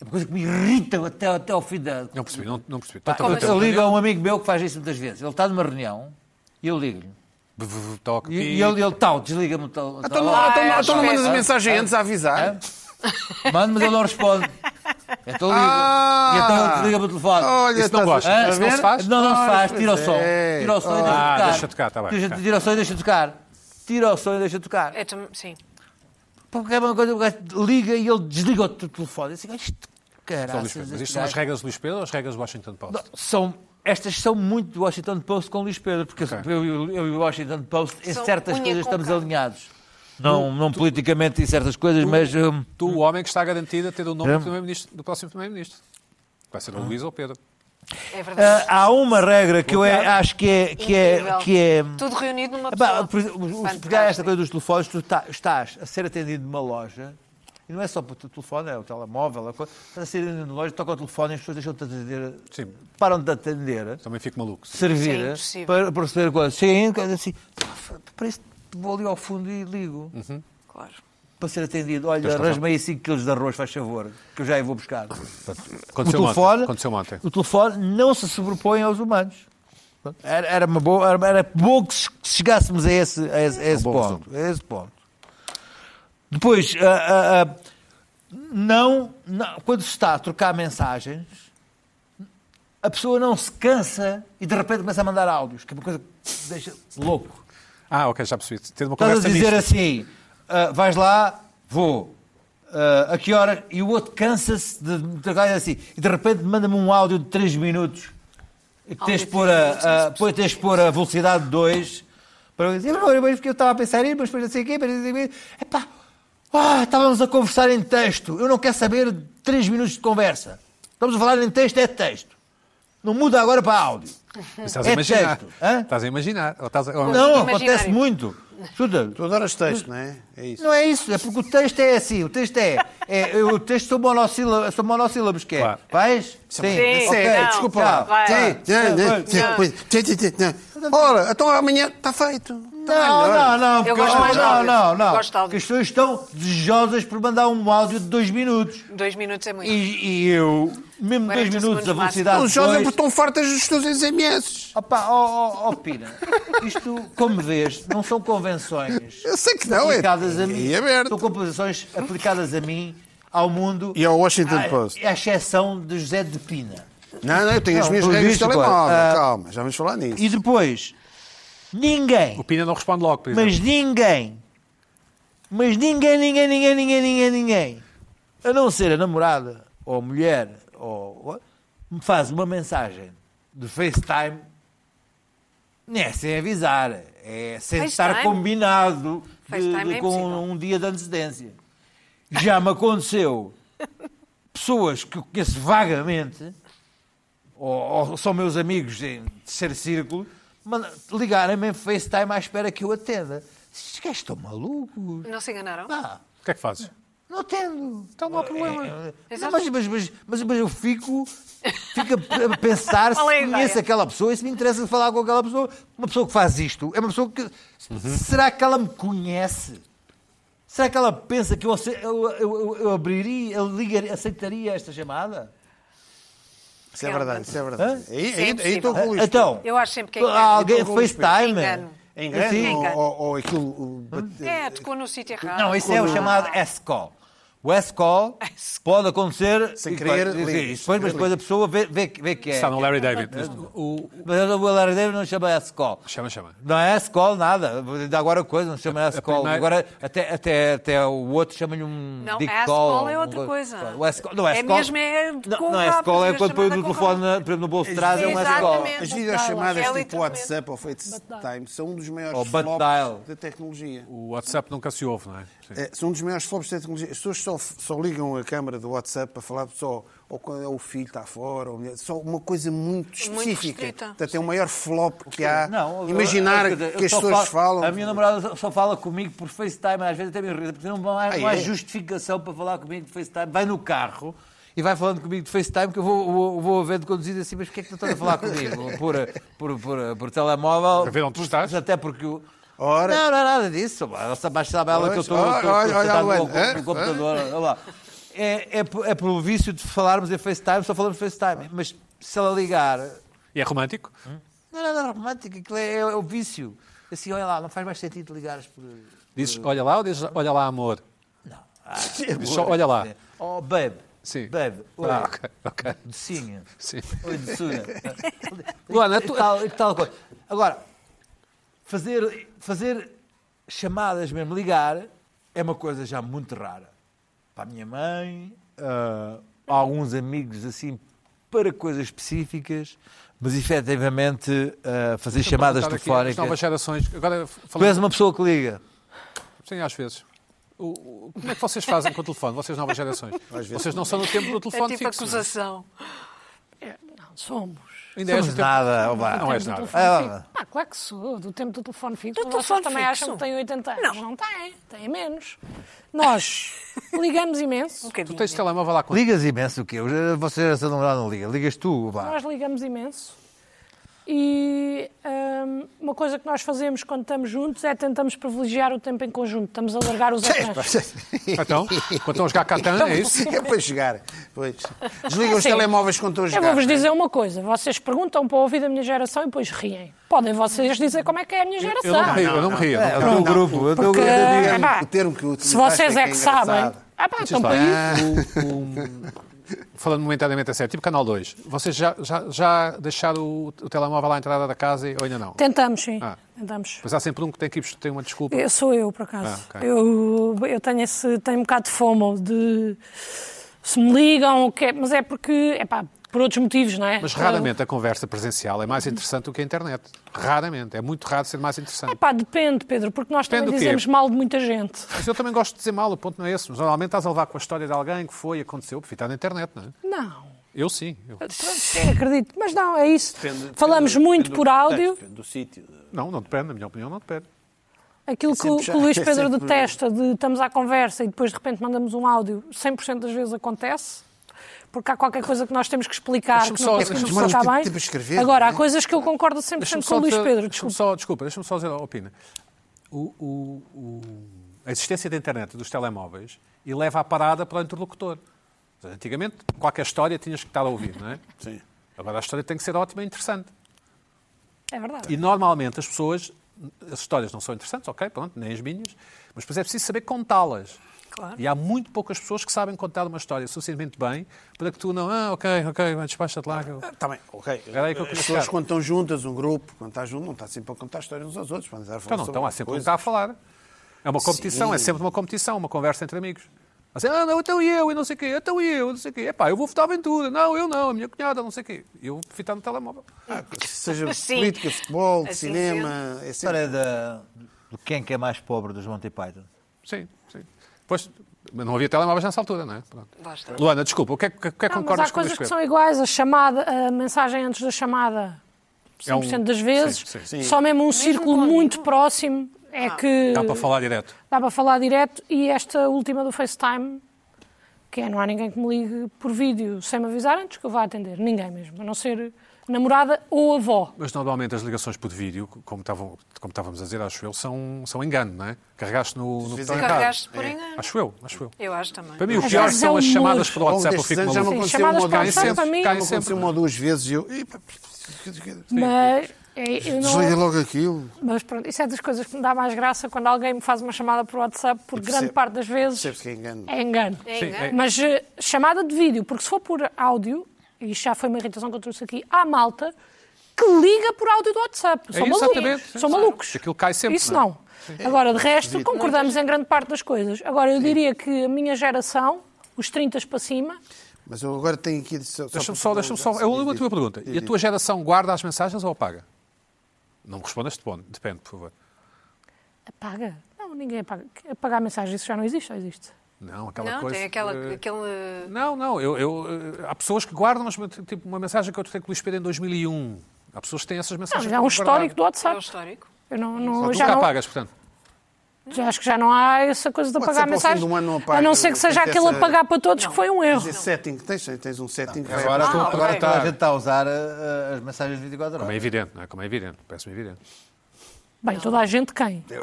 Speaker 3: É uma coisa que me irrita até, até ao fim da.
Speaker 1: Não percebi, não, não percebi. Tá,
Speaker 3: Pá,
Speaker 1: Toca,
Speaker 3: eu,
Speaker 2: mas-
Speaker 1: toca,
Speaker 3: eu ligo a um amigo meu que faz isso muitas vezes. Ele está numa reunião e eu ligo-lhe.
Speaker 1: toca, toca,
Speaker 3: E, e ele, ele tal, desliga-me o tal.
Speaker 5: Ah,
Speaker 1: Então
Speaker 2: é
Speaker 5: Então não, então não- então não mandas a mensagem antes a avisar?
Speaker 3: É? Mando, mas ele não responde. Então liga.
Speaker 5: Ah!
Speaker 3: e então ele liga para o telefone.
Speaker 5: Olha,
Speaker 1: Isso não
Speaker 5: estás a-
Speaker 1: gosta.
Speaker 3: Hã?
Speaker 1: Isso não se faz?
Speaker 3: Não, não se
Speaker 5: Ah,
Speaker 3: faz.
Speaker 5: pois
Speaker 3: Tira o som.
Speaker 5: é.
Speaker 3: Tira o som e
Speaker 1: Ah,
Speaker 3: deixa
Speaker 1: deixa
Speaker 3: tocar.
Speaker 1: tocar, tá bem, tá.
Speaker 3: Tira o som e deixa tocar. Tira o som e deixa tocar.
Speaker 2: Eu tam- Sim.
Speaker 3: Porque é uma coisa, o gajo liga e ele desliga o te- telefone. Assim, isto,
Speaker 1: Só Então, Luís
Speaker 3: caraças,
Speaker 1: Pedro. Mas
Speaker 3: este
Speaker 1: isto são as
Speaker 3: gajo-
Speaker 1: regras do Luís Pedro ou as regras do Washington Post?
Speaker 3: Não, são, estas são muito do Washington Post com Luís Pedro, porque
Speaker 1: Ok.
Speaker 3: eu, eu- eu e o Washington Post em
Speaker 2: São
Speaker 3: certas
Speaker 2: unha
Speaker 3: coisas
Speaker 2: com
Speaker 3: estamos
Speaker 2: cara.
Speaker 3: alinhados. Não, não politicamente em certas coisas, mas... hum,
Speaker 1: Tu, o homem que está garantido a ter o nome
Speaker 3: É.
Speaker 1: do, primeiro-ministro- do próximo Primeiro-Ministro. Vai ser o Luís ou Pedro.
Speaker 2: É
Speaker 3: ah,
Speaker 2: verdade.
Speaker 3: há uma regra que eu é- acho que é... Que é,
Speaker 2: Incrível.
Speaker 3: que é
Speaker 2: Tudo reunido numa
Speaker 3: Epá,
Speaker 2: pessoa.
Speaker 3: por exemplo, os- os- porque há esta coisa dos telefones, tu tá- estás a ser atendido numa loja, e não é só pelo teu telefone, é o telemóvel, a coisa, estás a ser atendido numa loja, toca o telefone e as pessoas deixam-te atender,
Speaker 1: Sim.
Speaker 3: param de atender,
Speaker 1: Também fico maluco.
Speaker 2: Sim, é
Speaker 3: servir,
Speaker 2: impossível.
Speaker 3: para, para receber coisas. Cheguem em casa assim, "Ah, para isso vou ali ao fundo e ligo,
Speaker 2: Claro.
Speaker 3: para ser atendido. Olha, arranja-me aí 5 quilos de arroz, faz favor, que eu já aí vou buscar.
Speaker 1: Aconteceu
Speaker 3: o
Speaker 1: ontem.
Speaker 3: telefone,
Speaker 1: Aconteceu ontem.
Speaker 3: O telefone não se sobrepõe aos humanos. Era, era, uma boa, era, era bom que che- chegássemos a esse, a esse, a esse
Speaker 1: Um bom
Speaker 3: ponto, a esse ponto. Depois, ah, ah, ah, não, não- quando se está a trocar mensagens, a pessoa não se cansa e de repente começa a mandar áudios, que é uma coisa que deixa louco.
Speaker 1: Ah, ok, já percebi. Ter uma
Speaker 3: Estás
Speaker 1: conversa
Speaker 3: a dizer
Speaker 1: mista.
Speaker 3: assim, ah, vais lá, vou. Ah, a que horas? E o outro cansa-se de me trocar assim. E de repente manda-me um áudio de 3 minutos. E que tens de pôr a, a, depois tens de pôr a velocidade 2. Para eu dizer, "Olha, mas porque eu estava a pensar isso, mas depois não sei o quê. mas não sei o quê." Epá, ah, estávamos a conversar em texto. Eu não quero saber 3 minutos de conversa. Estamos a falar em texto, é texto. Não muda agora para áudio.
Speaker 1: Mas Estás a
Speaker 3: É
Speaker 1: imaginar.
Speaker 3: texto, hã?
Speaker 1: Estás a imaginar. Ou estás a- ou-
Speaker 3: Não,
Speaker 2: Imaginário.
Speaker 3: acontece muito. Escuta,
Speaker 5: Tu adoras texto, não é? É isso.
Speaker 3: Não é isso, é porque o texto é assim, o texto é. é eu- o texto são monossílabos, são monossílabos que é.
Speaker 1: Claro.
Speaker 3: Vais? Sim,
Speaker 2: Sim,
Speaker 3: ok,
Speaker 2: não,
Speaker 3: desculpa
Speaker 2: não, é.
Speaker 3: lá.
Speaker 2: vai.
Speaker 5: Sim, sim, sim,
Speaker 2: Não.
Speaker 5: pois, sim, sim, sim, não. Ora, então amanhã está feito.
Speaker 3: Não, não, não,
Speaker 2: Tá Eu
Speaker 3: porque-
Speaker 2: gosto mais de
Speaker 3: não,
Speaker 2: áudio.
Speaker 3: não, não.
Speaker 2: Gosto de áudio.
Speaker 3: Porque As pessoas estão desejosas por mandar um áudio de dois minutos.
Speaker 2: Dois minutos é muito.
Speaker 3: E, e eu, mesmo dois
Speaker 2: 40
Speaker 3: minutos, a
Speaker 2: segundos
Speaker 3: velocidade.
Speaker 5: Os jovens
Speaker 3: dois-
Speaker 5: estão fartas dos teus SMS.
Speaker 3: Opa, ó, ó, ó, Pina, isto, como vês, não são convenções
Speaker 5: Eu sei que não, é.
Speaker 3: aplicadas a mim.
Speaker 5: É
Speaker 3: São
Speaker 5: aberto.
Speaker 3: composições aplicadas a mim, ao mundo.
Speaker 5: E ao Washington
Speaker 3: à-
Speaker 5: Post.
Speaker 3: À exceção de José de Pina.
Speaker 5: Não, é- não, eu tenho as
Speaker 3: Não,
Speaker 5: minhas
Speaker 3: pelo
Speaker 5: regras de
Speaker 3: visto, claro.
Speaker 5: telemóvel.
Speaker 3: Ah.
Speaker 5: Calma, já vamos falar nisso.
Speaker 3: E depois, ninguém,
Speaker 1: O Pina não responde logo, por exemplo.
Speaker 3: mas ninguém, mas ninguém, ninguém, ninguém, ninguém, ninguém, ninguém, a não ser a namorada ou a mulher, ou, ou- me faz uma mensagem de FaceTime, não é sem avisar, é sem
Speaker 2: FaceTime?
Speaker 3: estar combinado de-
Speaker 2: FaceTime
Speaker 3: de-
Speaker 2: é
Speaker 3: com
Speaker 2: impossível.
Speaker 3: um dia de antecedência. Já me aconteceu pessoas que eu conheço vagamente ou, ou são meus amigos em terceiro círculo, manda- ligarem-me em FaceTime à espera que eu atenda. Estes gajos estão malucos.
Speaker 2: Não se enganaram?
Speaker 3: Pá,
Speaker 1: O que é que fazes?
Speaker 3: não atendo. Então não há problema.
Speaker 2: Exato.
Speaker 3: mas, mas, mas, mas, mas eu fico, fico a pensar
Speaker 2: [LAUGHS]
Speaker 3: se
Speaker 2: Qual é a
Speaker 3: conheço
Speaker 2: ideia?
Speaker 3: aquela pessoa e se me interessa falar com aquela pessoa. Uma pessoa que faz isto é uma pessoa que. Será que ela me conhece? Será que ela pensa que eu, ace- eu, eu, eu- eu abriria, eu ligaria, aceitaria esta chamada?
Speaker 5: Isso é verdade, isso é verdade. Aí- Aí
Speaker 2: Sim,
Speaker 5: aí estou com o Luís.
Speaker 3: Então,
Speaker 2: Eu acho sempre que é
Speaker 3: há
Speaker 2: engano.
Speaker 3: alguém
Speaker 5: Eu tô com o
Speaker 3: FaceTime.
Speaker 2: Engano.
Speaker 5: Engano
Speaker 3: Assim?
Speaker 5: ou- ou, ou aquilo. o-
Speaker 2: É, tocou no sítio errado.
Speaker 3: Não, isso é o chamado S-Call.
Speaker 2: [LAUGHS]
Speaker 3: O S-Call pode acontecer
Speaker 5: Sem querer,
Speaker 3: e-
Speaker 5: liga.
Speaker 3: e depois, mas depois a pessoa vê, vê, vê que é.
Speaker 1: Está no Larry David. O-
Speaker 3: Mas o Larry David não chama S-Call.
Speaker 1: Chama, chama.
Speaker 3: Não é S-Call nada. Ainda Agora coisa, não chama S-Call.
Speaker 1: primeira-
Speaker 3: Agora até, até, até o outro chama-lhe um
Speaker 2: Não,
Speaker 3: Dick
Speaker 2: S-Call
Speaker 3: Call.
Speaker 2: é outra
Speaker 3: alguma
Speaker 2: coisa.
Speaker 3: O S-Call, não,
Speaker 2: É
Speaker 3: S-Call-
Speaker 2: mesmo, é com
Speaker 3: Não, não
Speaker 2: rápido,
Speaker 3: S-Call é
Speaker 2: a
Speaker 3: quando põe o
Speaker 2: chamada com
Speaker 3: telefone na- por exemplo, no bolso de trás, é um S-Call.
Speaker 2: Exatamente.
Speaker 5: As videochamadas
Speaker 2: É
Speaker 5: tipo
Speaker 2: literalmente.
Speaker 5: WhatsApp ou FaceTime são um dos maiores
Speaker 3: Ou butt
Speaker 5: flops
Speaker 3: dial.
Speaker 5: da tecnologia.
Speaker 1: O WhatsApp nunca se ouve, não é? Sim.
Speaker 5: É, são um dos maiores flops da tecnologia. As pessoas só, só ligam a câmara do WhatsApp para falar só ou quando é o filho está fora, ou a mulher- só uma coisa muito específica.
Speaker 2: restrita.
Speaker 5: Portanto, é o maior flop que há.
Speaker 3: Não, eu-
Speaker 5: Imaginar
Speaker 3: eu- eu- eu
Speaker 5: que as
Speaker 3: só
Speaker 5: pessoas
Speaker 3: falo-
Speaker 5: falam.
Speaker 3: A minha namorada só fala comigo por FaceTime, às vezes até me irrita, porque não, há,
Speaker 5: Ah,
Speaker 3: não há
Speaker 5: é?
Speaker 3: justificação para falar comigo de FaceTime. Vai no carro e vai falando comigo de FaceTime, que eu vou, vou, vou vendo conduzido assim, mas porquê é que tu estás a falar
Speaker 5: [LAUGHS]
Speaker 3: comigo? Por, por, por, por telemóvel.
Speaker 1: Para ver onde tu estás?
Speaker 3: Até porque o.
Speaker 5: Ora.
Speaker 3: Não, não é nada disso. Ela sabe mais sabe ela que eu estou
Speaker 5: Olha,
Speaker 3: estou- estou
Speaker 5: olha, olha,
Speaker 3: sentado no
Speaker 5: Luana,
Speaker 3: meu
Speaker 5: é?
Speaker 3: no computador. olha lá. É, é, por- é pelo vício de falarmos em FaceTime, só falamos FaceTime. Mas se ela ligar,
Speaker 1: E é romântico?
Speaker 3: não é nada romântico, aquilo é, é, é o vício. Assim, olha lá, não faz mais sentido ligares por.
Speaker 1: Dizes, olha lá ou dizes, olha lá, amor?
Speaker 3: Não,
Speaker 1: [LAUGHS]
Speaker 3: É.
Speaker 1: Diz só, olha lá.
Speaker 6: Oh, babe.
Speaker 1: Ah. Sim.
Speaker 6: Babe. Oi.
Speaker 1: Ah, ok, ok.
Speaker 6: Docinha.
Speaker 1: Sim.
Speaker 6: Oi,
Speaker 1: [LAUGHS]
Speaker 6: doçura.
Speaker 1: Luana,
Speaker 6: E
Speaker 1: tu-
Speaker 6: tal, e tal coisa. Agora, fazer, fazer chamadas mesmo, ligar, é uma coisa já muito rara. Para a minha mãe, ah, a alguns amigos, assim, para coisas específicas, mas efetivamente ah, fazer chamadas
Speaker 1: Perguntar aqui As
Speaker 6: telefónicas.
Speaker 1: novas gerações. Agora,
Speaker 6: Tu és
Speaker 1: falando,
Speaker 6: uma pessoa que liga.
Speaker 1: sim, às vezes. O- o- como é que vocês fazem com o telefone, vocês novas gerações? Vocês não são no tempo do
Speaker 2: É
Speaker 1: telefone
Speaker 2: tipo
Speaker 1: fixo. não é?
Speaker 2: acusação.
Speaker 4: É, Somos.
Speaker 1: Ainda és
Speaker 6: Somos
Speaker 1: do tempo-
Speaker 6: nada, ó, vá.
Speaker 1: Não és
Speaker 4: Do
Speaker 1: nada.
Speaker 2: é
Speaker 4: telefone
Speaker 6: Ah,
Speaker 4: fixo. Ah, claro que sou, do tempo do telefone fixo.
Speaker 2: Do
Speaker 4: mas vocês
Speaker 2: telefone
Speaker 4: também
Speaker 2: fixo?
Speaker 4: acham que têm 80 anos.
Speaker 2: Não.
Speaker 4: Não, têm, têm menos.
Speaker 2: [LAUGHS]
Speaker 4: Nós ligamos
Speaker 2: Um
Speaker 4: imenso,
Speaker 1: Tu
Speaker 2: bocadinho.
Speaker 1: tens telemóvel lá com
Speaker 6: Ligas imenso o quê? A vossa geração não não liga. Ligas tu, vá.
Speaker 4: nós ligamos imenso. E hum, uma coisa que nós fazemos quando estamos juntos é tentamos privilegiar o tempo em conjunto. Estamos a largar os ecrãs.
Speaker 1: Então, quando estão a jogar Catan, é
Speaker 2: Então,
Speaker 1: isso?
Speaker 5: É para jogar. Pois.
Speaker 3: Ah,
Speaker 5: Desligam os
Speaker 4: Sim.
Speaker 5: telemóveis quando estão a jogar.
Speaker 4: Eu vou-vos dizer uma coisa. Vocês perguntam para ouvir da minha geração e depois riem. Podem vocês dizer como é que é a minha geração.
Speaker 1: Eu não me rio, eu não me rio.
Speaker 6: É, eu dou o grupo. Eu dou o
Speaker 5: Porque-
Speaker 6: grupo.
Speaker 5: termo-
Speaker 4: Ah, pá,
Speaker 5: o termo que utilizaste
Speaker 4: Se vocês
Speaker 5: é
Speaker 4: é
Speaker 5: que
Speaker 4: que,
Speaker 5: é
Speaker 4: sabem.
Speaker 5: engraçado.
Speaker 4: Ah, pá, estão
Speaker 1: lá.
Speaker 4: para isso.
Speaker 1: Falando momentaneamente a sério, tipo Canal 2, vocês já, já, já deixaram o, o telemóvel à entrada da casa e, ou ainda não?
Speaker 4: Tentamos, sim.
Speaker 1: Ah.
Speaker 4: Tentamos.
Speaker 1: Mas há sempre um que tem que ir, tem uma desculpa.
Speaker 4: Eu sou eu, por acaso.
Speaker 1: Ah, ok.
Speaker 4: eu, eu tenho esse tenho um bocado de fome de se me ligam, o que é- mas é porque, é pá, por outros motivos, não é?
Speaker 1: Mas raramente a conversa presencial é mais interessante do que a internet. Raramente. É muito raro ser mais
Speaker 4: É
Speaker 1: interessante.
Speaker 4: pá, depende, Pedro, porque nós
Speaker 1: Depende do
Speaker 4: também
Speaker 1: quê?
Speaker 4: dizemos mal de muita gente.
Speaker 1: Mas eu também gosto de dizer mal, o ponto não é esse. Mas normalmente estás a levar com a história de alguém que foi, aconteceu, porque está na internet, não é?
Speaker 4: Não.
Speaker 1: Eu sim. Eu-
Speaker 4: Sim, acredito. Mas não, é isso. Falamos muito por áudio.
Speaker 5: Depende do sítio.
Speaker 1: Não, não depende, na minha opinião, não depende.
Speaker 4: Aquilo que, o-
Speaker 5: sempre
Speaker 4: que o Luís
Speaker 5: já- [LAUGHS] é
Speaker 4: Pedro
Speaker 5: sempre-
Speaker 4: detesta, de estamos à conversa e depois de repente mandamos um áudio, 100% das vezes acontece, porque há qualquer coisa que nós temos que explicar,
Speaker 1: Deixa-me
Speaker 4: que
Speaker 1: só- assim,
Speaker 4: não conseguimos
Speaker 1: deixa-me só-
Speaker 4: explicar
Speaker 5: tipo-
Speaker 4: bem.
Speaker 5: tipo escrever,
Speaker 4: Agora, há
Speaker 5: né?
Speaker 4: coisas que eu concordo 100% com o Luís
Speaker 1: dizer-
Speaker 4: Pedro.
Speaker 1: é? deixa-me
Speaker 4: Desculpa.
Speaker 1: só, desculpa, deixa-me só dizer a opina. O- o- o- a existência da internet e dos telemóveis eleva a parada para o interlocutor. Antigamente, qualquer história tinhas que estar a ouvir, não é?
Speaker 5: Sim.
Speaker 1: Agora a história tem que ser ótima e interessante.
Speaker 4: É verdade.
Speaker 1: E normalmente as pessoas, as histórias não são interessantes, ok, pronto, nem as minhas, mas depois é preciso saber contá-las.
Speaker 2: Claro.
Speaker 1: E há muito poucas pessoas que sabem contar uma história suficientemente bem para que tu não, ah, ok, ok, vai, despacha-te lá. que eu-".
Speaker 5: Está bem, ok.
Speaker 1: Era aí que eu queria
Speaker 5: As pessoas
Speaker 1: chegar.
Speaker 5: quando estão juntas, um grupo, quando está junto, não está sempre a contar histórias uns aos outros. Podem estar a falar
Speaker 1: Então não
Speaker 5: sobre
Speaker 1: estão, há sempre um
Speaker 5: coisas.
Speaker 1: lugar a falar. É uma competição, é sempre uma competição, uma conversa entre amigos. Assim, ah, não, então eu, e não sei o quê, então eu, e não sei o quê. Epá, eu vou votar aventura. Não, eu não, a minha cunhada, não sei o quê. Eu vou fitar no telemóvel.
Speaker 5: Seja
Speaker 2: Sim.
Speaker 5: política, futebol,
Speaker 2: Assim
Speaker 5: cinema, é
Speaker 6: A
Speaker 5: sempre.
Speaker 6: história da, do quem que é mais pobre dos Monty Python.
Speaker 1: Sim, sim. Pois, mas não havia telemóveis nessa altura, não é? Pronto.
Speaker 2: Basta.
Speaker 1: Luana, desculpa, o que é, o que, é que
Speaker 4: Não, mas
Speaker 1: concordas com
Speaker 4: há
Speaker 1: o
Speaker 4: coisas
Speaker 1: Luís
Speaker 4: que
Speaker 1: Pedro?
Speaker 4: são iguais. A chamada, a mensagem antes da chamada,
Speaker 1: É um-
Speaker 4: 100% das vezes.
Speaker 1: Sim, sim.
Speaker 5: Sim.
Speaker 4: Só mesmo um círculo
Speaker 2: código.
Speaker 4: muito próximo é que
Speaker 1: Dá para falar direto.
Speaker 4: dá para falar direto. E esta última do FaceTime, que é não há ninguém que me ligue por vídeo sem me avisar antes que eu vá atender. Ninguém mesmo, a não ser namorada ou avó.
Speaker 1: Mas normalmente as ligações por vídeo, como, estavam, como estávamos a dizer, acho eu, são, são engano, não é? Carregaste no, no botão errado.
Speaker 2: Carregaste
Speaker 3: É,
Speaker 2: por engano.
Speaker 1: Acho eu, acho eu.
Speaker 2: Eu acho também.
Speaker 1: Para mim, o
Speaker 4: Às
Speaker 1: pior
Speaker 4: vezes
Speaker 1: são
Speaker 4: é
Speaker 1: as
Speaker 4: humor.
Speaker 1: chamadas pelo
Speaker 5: Ao longo
Speaker 1: WhatsApp, eu
Speaker 5: destes
Speaker 1: fico
Speaker 5: anos já um me
Speaker 1: maluco.
Speaker 4: Sim,
Speaker 5: aconteceu
Speaker 4: chamadas
Speaker 5: uma ou duas
Speaker 4: para
Speaker 1: Caem
Speaker 4: o WhatsApp,
Speaker 1: sempre,
Speaker 4: para
Speaker 1: caem
Speaker 4: mim- Sim,
Speaker 5: Aconteceu
Speaker 1: sempre.
Speaker 5: uma ou duas vezes e eu. "Epa,
Speaker 4: Mas, é, eu não-
Speaker 5: Desliga logo aquilo.
Speaker 4: mas pronto, isso é das coisas que me dá mais graça quando alguém me faz uma chamada por WhatsApp, porque grande
Speaker 5: percebo-
Speaker 4: parte das vezes
Speaker 5: Percebes que é engano.
Speaker 4: é engano.
Speaker 2: É
Speaker 1: Sim,
Speaker 2: engano.
Speaker 1: é-
Speaker 4: Mas eh, chamada de vídeo, porque se for por áudio, e isto já foi uma irritação que eu trouxe aqui, há malta que liga por áudio do WhatsApp. São
Speaker 1: É isso,
Speaker 4: malucos.
Speaker 1: exatamente.
Speaker 4: São malucos.
Speaker 1: Aquilo cai sempre,
Speaker 4: Isso
Speaker 1: não é?
Speaker 4: não. Agora, de resto, concordamos em grande parte das coisas. Agora, eu diria que a minha geração, os 30 para cima,
Speaker 5: Mas eu agora tenho aqui.
Speaker 1: Deixa-me só, deixa-me só. É a última tua pergunta. E a tua geração guarda as mensagens ou apaga? Não me respondas, depende, depende, por favor.
Speaker 4: apaga. Não, ninguém apaga. Apagar a mensagem, isso já não existe, só existe.
Speaker 1: Não,
Speaker 3: é
Speaker 1: aquela
Speaker 2: Não,
Speaker 1: coisa.
Speaker 2: tem aquela,
Speaker 1: eh,
Speaker 2: aquele...
Speaker 1: Não, não. Eu, eu, eh, há pessoas que guardam as- tipo, uma mensagem que eu te tenho que lhe esperar em 2001. Há pessoas que têm essas
Speaker 4: Não,
Speaker 1: mensagens.
Speaker 4: já é um histórico do
Speaker 2: É
Speaker 3: Tá.
Speaker 2: o
Speaker 4: WhatsApp.
Speaker 2: histórico.
Speaker 4: Eu não,
Speaker 1: Ou
Speaker 4: não,
Speaker 1: tu
Speaker 4: já
Speaker 1: nunca
Speaker 4: não,
Speaker 1: apagas, portanto.
Speaker 4: já acho que já não há essa coisa de apagar a
Speaker 5: WhatsApp ao fim
Speaker 4: mensagem.
Speaker 5: do ano não apaga.
Speaker 4: a não ser que seja
Speaker 5: Tem
Speaker 4: aquele
Speaker 5: essa-
Speaker 4: apagar para todos, que foi um erro.
Speaker 5: Esse setting que tens, tens um setting que
Speaker 6: Agora,
Speaker 5: vai.
Speaker 2: Ah,
Speaker 6: agora
Speaker 2: ok.
Speaker 6: toda a gente está a usar eh, as mensagens de 24
Speaker 1: Como é
Speaker 6: horas.
Speaker 1: evidente, não é? Como é evidente. Parece-me evidente.
Speaker 4: Bem, toda a gente quem?
Speaker 5: eh,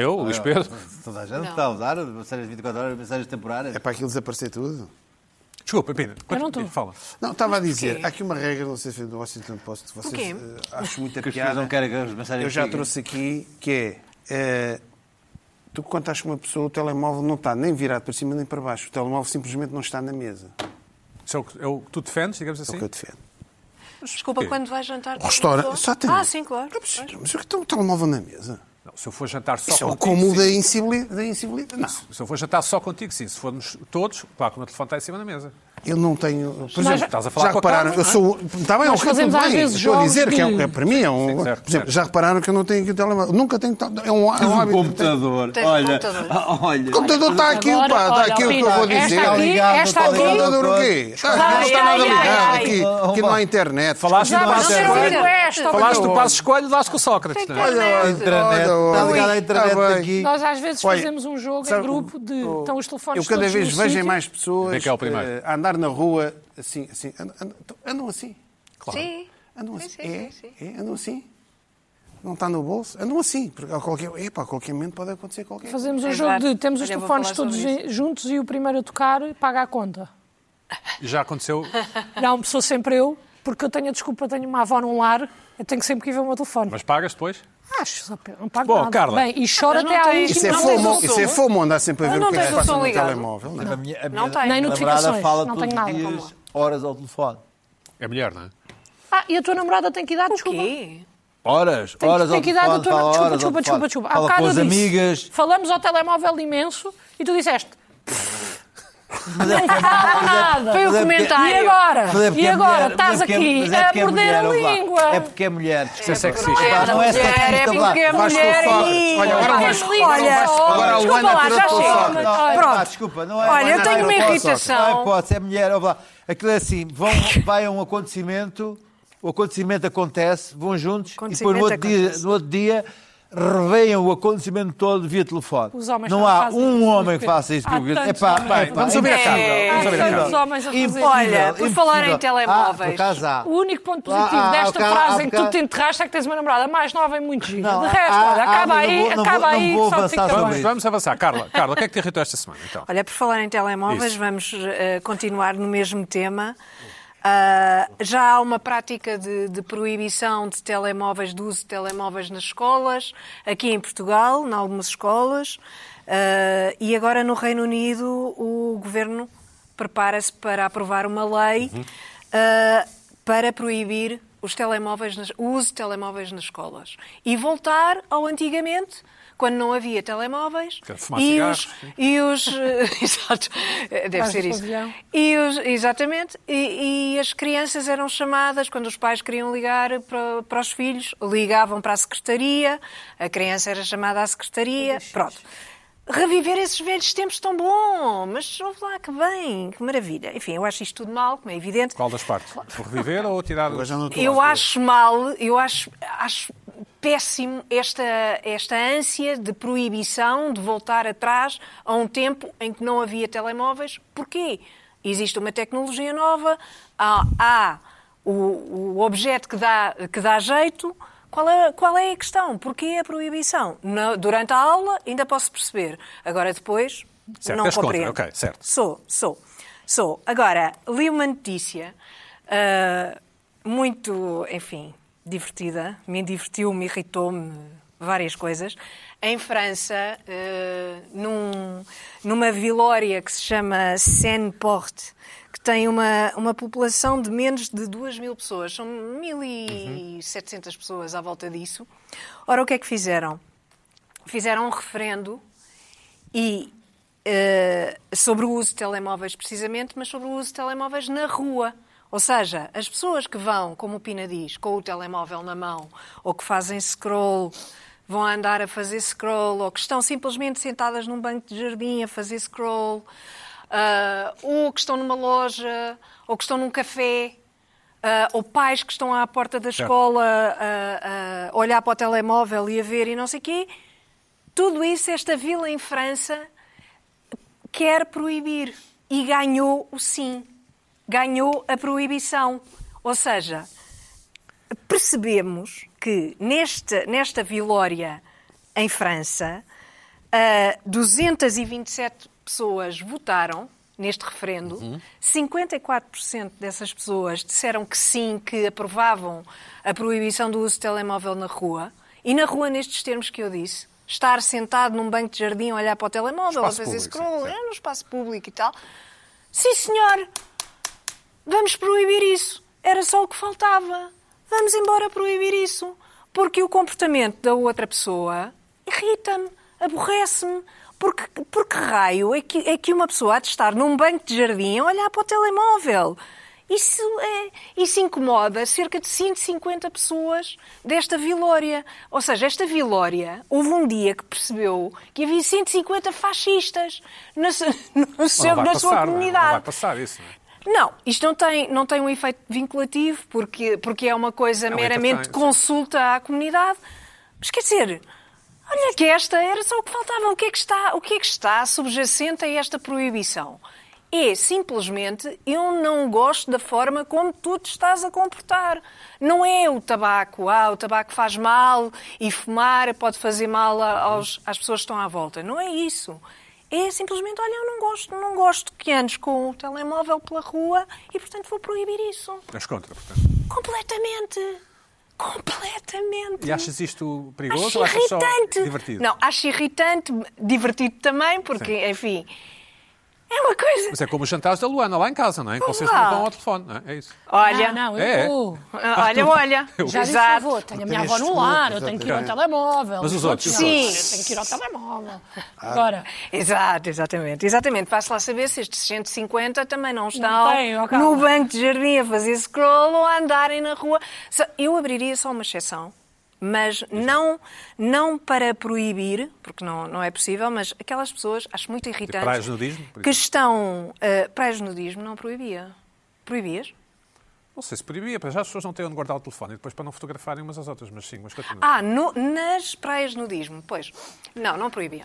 Speaker 1: Eu, Luís Pedro.
Speaker 6: Toda a gente está a usar as mensagens de 24 horas, as mensagens temporárias.
Speaker 5: É para aquilo desaparecer tudo?
Speaker 1: Desculpa, Pina.
Speaker 4: Eu não estou.
Speaker 1: Fala.
Speaker 5: Não, estava a dizer,
Speaker 2: porquê?
Speaker 5: há aqui uma regra, não sei se é do Washington Post, vocês
Speaker 2: Porquê?
Speaker 5: eh, acham muita
Speaker 6: Porque as pessoas
Speaker 5: piada.
Speaker 6: não querem que as mensagens
Speaker 5: Eu já
Speaker 6: cheguem.
Speaker 5: trouxe aqui que é. eh, Tu quando estás com uma pessoa, o telemóvel não está nem virado para cima nem para baixo. O telemóvel simplesmente não está na mesa.
Speaker 1: Isso é o que, é o que tu defendes, digamos
Speaker 5: É
Speaker 1: assim?
Speaker 5: o que eu defendo.
Speaker 2: Desculpa, quando vais
Speaker 1: Um
Speaker 2: jantar... com uma pessoa-
Speaker 5: Um Restaurante, só tem. um.
Speaker 2: Ah, sim, claro.
Speaker 5: Não, mas- Mas eu que tenho um telemóvel na mesa.
Speaker 1: Não, se eu for jantar só
Speaker 5: Isso é o
Speaker 1: contigo,
Speaker 5: cúmulo
Speaker 1: sim.
Speaker 5: da incivilidade. Da incivilidade. Não,
Speaker 1: Se eu for jantar só contigo, sim. Se formos todos, claro que o meu telefone está em cima da mesa.
Speaker 5: eu não tenho. Por
Speaker 4: Nós-
Speaker 5: exemplo,
Speaker 1: Estás a falar
Speaker 5: já
Speaker 1: com a é?
Speaker 5: repararam?
Speaker 1: Carla,
Speaker 5: eu sou. um Está bem,
Speaker 4: Nós
Speaker 5: ok,
Speaker 4: fazemos
Speaker 5: tudo
Speaker 4: às
Speaker 5: bem.
Speaker 4: vezes
Speaker 5: Estou a
Speaker 4: jogos
Speaker 5: dizer que é,
Speaker 4: de-
Speaker 5: é para mim. É um,
Speaker 1: Sim, certo,
Speaker 5: por exemplo,
Speaker 1: certo.
Speaker 5: já repararam que eu não tenho aqui o telemóvel. Nunca tenho. tel- É um, é um
Speaker 6: O
Speaker 5: hábito.
Speaker 6: computador.
Speaker 2: Tem
Speaker 6: Olha, ah,
Speaker 2: computador.
Speaker 6: olha.
Speaker 5: O computador está aqui,
Speaker 4: Agora,
Speaker 5: pá. Está
Speaker 4: olha,
Speaker 5: aqui o que eu
Speaker 4: Alpina,
Speaker 5: vou
Speaker 4: esta
Speaker 5: dizer.
Speaker 4: aqui- esta
Speaker 5: O
Speaker 4: aqui-
Speaker 5: computador o quê? Está- Não está nada
Speaker 2: Ai, ai,
Speaker 5: ligado
Speaker 2: ai.
Speaker 5: aqui. Aqui não há internet.
Speaker 1: Falaste
Speaker 4: Já
Speaker 1: do
Speaker 4: vais
Speaker 1: passo
Speaker 4: ser
Speaker 1: escolho,
Speaker 4: ouvido esta.
Speaker 1: falaste do
Speaker 4: obrigado.
Speaker 1: passo escolho, dás com o Sócrates, não é?
Speaker 2: Olha,
Speaker 6: Internet. Está tá ligado à internet
Speaker 5: Está Tá bem.
Speaker 6: aqui.
Speaker 4: Nós às vezes
Speaker 5: Olha,
Speaker 4: fazemos um jogo
Speaker 5: sabe,
Speaker 4: em grupo de.
Speaker 5: o-
Speaker 4: Estão os telefones
Speaker 5: Eu cada
Speaker 4: todos
Speaker 5: vez
Speaker 4: no
Speaker 5: vejo em
Speaker 4: sítio.
Speaker 5: mais pessoas
Speaker 1: Onde é que é o primeiro?
Speaker 5: eh, a andar na rua assim, assim. and- and- Andam assim.
Speaker 2: Sim.
Speaker 5: Andam
Speaker 2: Sim,
Speaker 5: assim.
Speaker 2: sim,
Speaker 5: É,
Speaker 2: sim,
Speaker 5: é, andam assim. Não está no bolso? Andam assim. Porque a qualquer, epá, a qualquer momento pode acontecer qualquer coisa.
Speaker 4: Fazemos um
Speaker 2: É
Speaker 4: jogo
Speaker 2: verdade.
Speaker 4: de. Temos os
Speaker 2: Olha, eu vou falar
Speaker 4: telefones todos
Speaker 2: sobre
Speaker 4: em- juntos e o primeiro a tocar paga
Speaker 2: [LAUGHS]
Speaker 4: a conta.
Speaker 1: Já aconteceu.
Speaker 4: Não, sou sempre eu, porque eu tenho a desculpa, tenho uma avó num lar, eu tenho sempre que ir ver o meu telefone.
Speaker 1: Mas pagas depois?
Speaker 4: Acho, só pe- não pago
Speaker 1: Bom,
Speaker 4: nada.
Speaker 1: Carla.
Speaker 4: Bem, e choro
Speaker 2: Mas não
Speaker 4: até à
Speaker 2: tens-
Speaker 5: Isso é
Speaker 4: última.
Speaker 2: Não tens
Speaker 5: fomo,
Speaker 2: o
Speaker 5: isso é
Speaker 2: som?
Speaker 5: fomo andar sempre a
Speaker 2: Ah,
Speaker 5: ver
Speaker 2: não
Speaker 5: o que é que
Speaker 2: tens
Speaker 5: se
Speaker 2: o
Speaker 5: passa
Speaker 2: som
Speaker 5: no
Speaker 2: ligado.
Speaker 5: telemóvel. Não. é?
Speaker 6: A minha, a minha
Speaker 2: Não tem. Nem
Speaker 6: namorada
Speaker 4: notificações,
Speaker 6: fala
Speaker 4: não
Speaker 6: todos
Speaker 4: tem nada.
Speaker 6: os dias, horas ao telefone.
Speaker 1: É mulher, não é?
Speaker 4: Ah, e a tua namorada tem que idade,
Speaker 2: O
Speaker 4: desculpa.
Speaker 2: quê?
Speaker 6: Horas,
Speaker 4: Tem,
Speaker 6: horas
Speaker 4: tem
Speaker 6: ao
Speaker 4: que idade a
Speaker 6: telefone.
Speaker 4: tua
Speaker 6: fala
Speaker 4: namorada.
Speaker 6: horas ao
Speaker 4: Desculpa,
Speaker 6: telefone.
Speaker 4: desculpa, desculpa, desculpa. Há
Speaker 6: Fala
Speaker 4: bocado
Speaker 6: com
Speaker 4: eu
Speaker 6: as
Speaker 4: disse,
Speaker 6: amigas.
Speaker 4: [LAUGHS] Falamos ao telemóvel imenso e tu disseste.
Speaker 6: Mas é-
Speaker 4: Ah, nada.
Speaker 2: Foi o
Speaker 6: Mas é porque-
Speaker 4: comentário.
Speaker 6: Mas
Speaker 4: E
Speaker 6: é
Speaker 4: agora?
Speaker 6: porque
Speaker 4: E
Speaker 6: é mulher,
Speaker 4: agora?
Speaker 6: mas é
Speaker 4: Estás
Speaker 6: porque é-
Speaker 4: aqui
Speaker 6: mas é
Speaker 4: a
Speaker 6: porque é
Speaker 4: morder a
Speaker 6: mulher, ouve lá.
Speaker 4: língua.
Speaker 6: É porque é mulher.
Speaker 1: Isso é sexista.
Speaker 2: Mulher,
Speaker 6: não é só
Speaker 2: mulher, é
Speaker 6: cristã, vá.
Speaker 2: porque é
Speaker 5: Vais com
Speaker 2: mulher.
Speaker 5: foco.
Speaker 2: aí.
Speaker 5: Olha, agora
Speaker 2: Olha,
Speaker 5: vais-
Speaker 2: olha,
Speaker 5: agora a
Speaker 2: desculpa
Speaker 5: Luana
Speaker 2: lá,
Speaker 5: tirou-te
Speaker 2: já
Speaker 5: o foco.
Speaker 2: chega.
Speaker 6: Não,
Speaker 4: Olha,
Speaker 6: pá, desculpa, não é.
Speaker 2: Olha,
Speaker 6: não é
Speaker 2: eu tenho
Speaker 6: nada,
Speaker 2: uma
Speaker 6: não posso.
Speaker 2: irritação.
Speaker 6: Não é hipótese, é mulher. ouve lá. Aquilo é assim: vão, vai a um acontecimento, o acontecimento acontece, vão juntos e depois no
Speaker 2: Acontecimento
Speaker 6: outro, dia,
Speaker 2: acontece.
Speaker 6: no outro dia reveiam o acontecimento todo via telefone.
Speaker 4: Os homens
Speaker 6: não
Speaker 4: também
Speaker 6: há
Speaker 4: fazem
Speaker 6: um
Speaker 4: isso,
Speaker 6: homem que
Speaker 4: porque
Speaker 6: faça isso.
Speaker 4: há
Speaker 6: porque-
Speaker 4: tantos
Speaker 6: epá,
Speaker 4: homens.
Speaker 6: epá,
Speaker 1: Vamos ouvir a Carla.
Speaker 2: É.
Speaker 1: Vamos ouvir a
Speaker 4: Tantos
Speaker 1: Carla.
Speaker 4: homens a fazer.
Speaker 6: impossível,
Speaker 2: Olha, por falar em
Speaker 6: impossível.
Speaker 2: telemóveis.
Speaker 6: Ah, por acaso há.
Speaker 4: O único ponto positivo
Speaker 6: Ah, ah,
Speaker 4: desta
Speaker 6: há bocado-
Speaker 4: frase
Speaker 6: há
Speaker 4: em que tu
Speaker 6: bocado-
Speaker 4: te enterraste é que tens uma namorada mais nova e muito gira.
Speaker 6: Não,
Speaker 4: De
Speaker 6: há-
Speaker 4: resto,
Speaker 6: há-
Speaker 4: olha,
Speaker 6: há, mas
Speaker 4: acaba
Speaker 6: não
Speaker 4: aí,
Speaker 6: vou- não
Speaker 4: acaba
Speaker 6: vou- não
Speaker 4: aí,
Speaker 6: vou
Speaker 4: que só
Speaker 2: É
Speaker 6: avançar
Speaker 4: fica
Speaker 6: sobre
Speaker 1: Vamos,
Speaker 4: bem.
Speaker 6: isso.
Speaker 1: vamos avançar. Carla, Carla, o que é que te irritou esta semana? Então?
Speaker 2: Olha, por falar em telemóveis,
Speaker 1: Isso.
Speaker 2: vamos eh, continuar no mesmo tema. Ah, já há uma prática de, de proibição de telemóveis, de uso de telemóveis nas escolas, aqui em Portugal, em algumas escolas, Ah, e agora no Reino Unido o governo prepara-se para aprovar uma lei
Speaker 1: Uhum.
Speaker 2: ah, para proibir os telemóveis nas- o uso de telemóveis nas escolas e voltar ao antigamente, quando não havia telemóveis
Speaker 1: Quer fumar
Speaker 2: e
Speaker 1: cigarros,
Speaker 2: os,
Speaker 1: sim.
Speaker 2: e os. [LAUGHS] Exato, deve
Speaker 4: Vais
Speaker 2: ser
Speaker 4: no
Speaker 2: isso.
Speaker 4: pavilhão.
Speaker 2: E os, exatamente, e, e as crianças eram chamadas, quando os pais queriam ligar para, para os filhos, ligavam para a secretaria, a criança era chamada à secretaria, pronto. Reviver esses velhos tempos tão bom, mas ouve lá que bem, que maravilha. Enfim, eu acho isto tudo mal, como é evidente.
Speaker 1: Qual das partes? O reviver ou tirar.
Speaker 5: Agora já não estou
Speaker 2: Eu
Speaker 5: lá.
Speaker 2: acho mal, eu acho, acho péssimo esta, esta ânsia de proibição, de voltar atrás a um tempo em que não havia telemóveis. Porquê? Existe uma tecnologia nova, há, há o, o objeto que dá, que dá jeito. Qual é, qual é a questão? Porquê a proibição? Na- durante a aula ainda posso perceber. Agora depois,
Speaker 1: Certo,
Speaker 2: não
Speaker 1: és contra,
Speaker 2: compreendo.
Speaker 1: ok, certo.
Speaker 2: Sou, sou, sou. Agora, li uma notícia ah, muito, enfim, divertida. Me divertiu, me irritou-me várias coisas. Em França, ah, num- numa vilória que se chama Seine-Porte, que tem uma, uma população de menos de 2 mil pessoas. São
Speaker 1: Uhum.
Speaker 2: 1.700 pessoas à volta disso. Ora, o que é que fizeram? Fizeram um referendo e eh, sobre o uso de telemóveis precisamente, mas sobre o uso de telemóveis na rua. Ou seja, as pessoas que vão, como o Pina diz, com o telemóvel na mão, ou que fazem scroll, vão andar a fazer scroll, ou que estão simplesmente sentadas num banco de jardim a fazer scroll, ah, ou que estão numa loja, ou que estão num café, ah, ou pais que estão à porta da escola a- a olhar para o telemóvel e a ver e não sei o quê, tudo isso, esta vila em França quer proibir e ganhou o sim. Ganhou a proibição. Ou seja, percebemos que nesta, nesta vilória em França, ah, 227 pessoas votaram neste referendo,
Speaker 1: Uhum.
Speaker 2: 54% dessas pessoas disseram que sim, que aprovavam a proibição do uso de telemóvel na rua, e na rua nestes termos que eu disse, estar sentado num banco de jardim a olhar para o telemóvel,
Speaker 1: Espaço
Speaker 2: a fazer
Speaker 1: público,
Speaker 2: scroll,
Speaker 1: sim, sim.
Speaker 2: é no espaço público e tal. Sim, senhor, vamos proibir isso. Era só o que faltava. Vamos embora proibir isso. Porque o comportamento da outra pessoa irrita-me, aborrece-me. Porque, porque raio é que, é que uma pessoa há de estar num banco de jardim a olhar para o telemóvel? Isso, é, isso incomoda cerca de 150 pessoas desta Vilória. Ou seja, esta Vilória, houve um dia que percebeu que havia 150 fascistas na, su- [LAUGHS] no
Speaker 1: Não
Speaker 2: seu-
Speaker 1: vai
Speaker 2: na sua
Speaker 1: passar, não é?
Speaker 2: comunidade.
Speaker 1: Não vai passar isso. não é?
Speaker 2: Não, isto não tem, não tem um efeito vinculativo, porque, porque é uma coisa
Speaker 1: Não,
Speaker 2: meramente de
Speaker 1: entretanto.
Speaker 2: consulta à comunidade. Mas quer dizer, olha que esta era só o que faltava. O que é que está, o que é que está subjacente a esta proibição? É simplesmente eu não gosto da forma como tu te estás a comportar. Não é o tabaco, ah, o tabaco faz mal e fumar pode fazer mal a- aos, às pessoas que estão à volta. Não é isso é simplesmente, olha, eu não gosto, não gosto que andes com o telemóvel pela rua e, portanto, vou proibir isso.
Speaker 1: Mas contra, portanto.
Speaker 2: Completamente. Completamente.
Speaker 1: E achas isto perigoso
Speaker 2: Acho
Speaker 1: ou achas só
Speaker 2: irritante.
Speaker 1: divertido?
Speaker 2: Não, acho irritante, divertido também, porque, enfim, é uma coisa...
Speaker 1: Mas é como os jantares da Luana lá em casa, não é? Em que
Speaker 2: Vamos
Speaker 1: Vocês
Speaker 2: lá.
Speaker 1: não estão ao telefone, não é? É isso.
Speaker 2: Olha,
Speaker 4: Não, não,
Speaker 1: É.
Speaker 4: eu vou.
Speaker 2: olha, olha.
Speaker 4: Já disse, por
Speaker 2: Exato.
Speaker 4: favor, tenho a minha
Speaker 5: Tens
Speaker 4: avó no lar, eu
Speaker 5: desculpas,
Speaker 4: tenho que ir ao
Speaker 5: exatamente.
Speaker 4: telemóvel.
Speaker 1: Mas os outros?
Speaker 2: Sim.
Speaker 4: Eu tenho que ir ao telemóvel. Agora,
Speaker 2: Exato, exatamente, exatamente. Vai-se lá saber se estes 150 também não estão
Speaker 4: Não tem,
Speaker 1: oh,
Speaker 4: ó, calma.
Speaker 2: no banco de jardim a fazer scroll ou a andarem na rua. Só- Eu abriria só uma exceção, mas
Speaker 1: é.
Speaker 2: não, não para proibir, porque não, não é possível, mas aquelas pessoas, acho muito irritante,
Speaker 1: praias Tipo de nudismo, por
Speaker 2: que
Speaker 1: exemplo?
Speaker 2: estão... eh, praias de nudismo não proibia. Proibias?
Speaker 1: Não sei se proibia, para já as pessoas não têm onde guardar o telefone e depois para não fotografarem umas às outras, mas sim, mas continua.
Speaker 2: Ah, no- nas praias de nudismo, pois. Não, não proibia.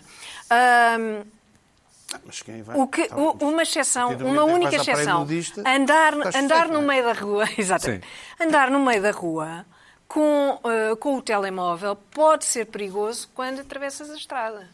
Speaker 2: Ahm,
Speaker 5: Ah, Mas quem vai?
Speaker 2: O que,
Speaker 5: Tá
Speaker 2: o-
Speaker 5: bem.
Speaker 2: uma exceção,
Speaker 5: Tendo em
Speaker 2: uma
Speaker 5: mente é que
Speaker 2: única
Speaker 5: vais à praia
Speaker 2: exceção.
Speaker 5: nudista,
Speaker 2: Andar,
Speaker 5: estás
Speaker 2: andar
Speaker 5: feito,
Speaker 2: no
Speaker 5: não é?
Speaker 2: meio da rua, [LAUGHS] exatamente. Andar no meio da rua com, eh, com o telemóvel pode ser perigoso quando atravessas a estrada.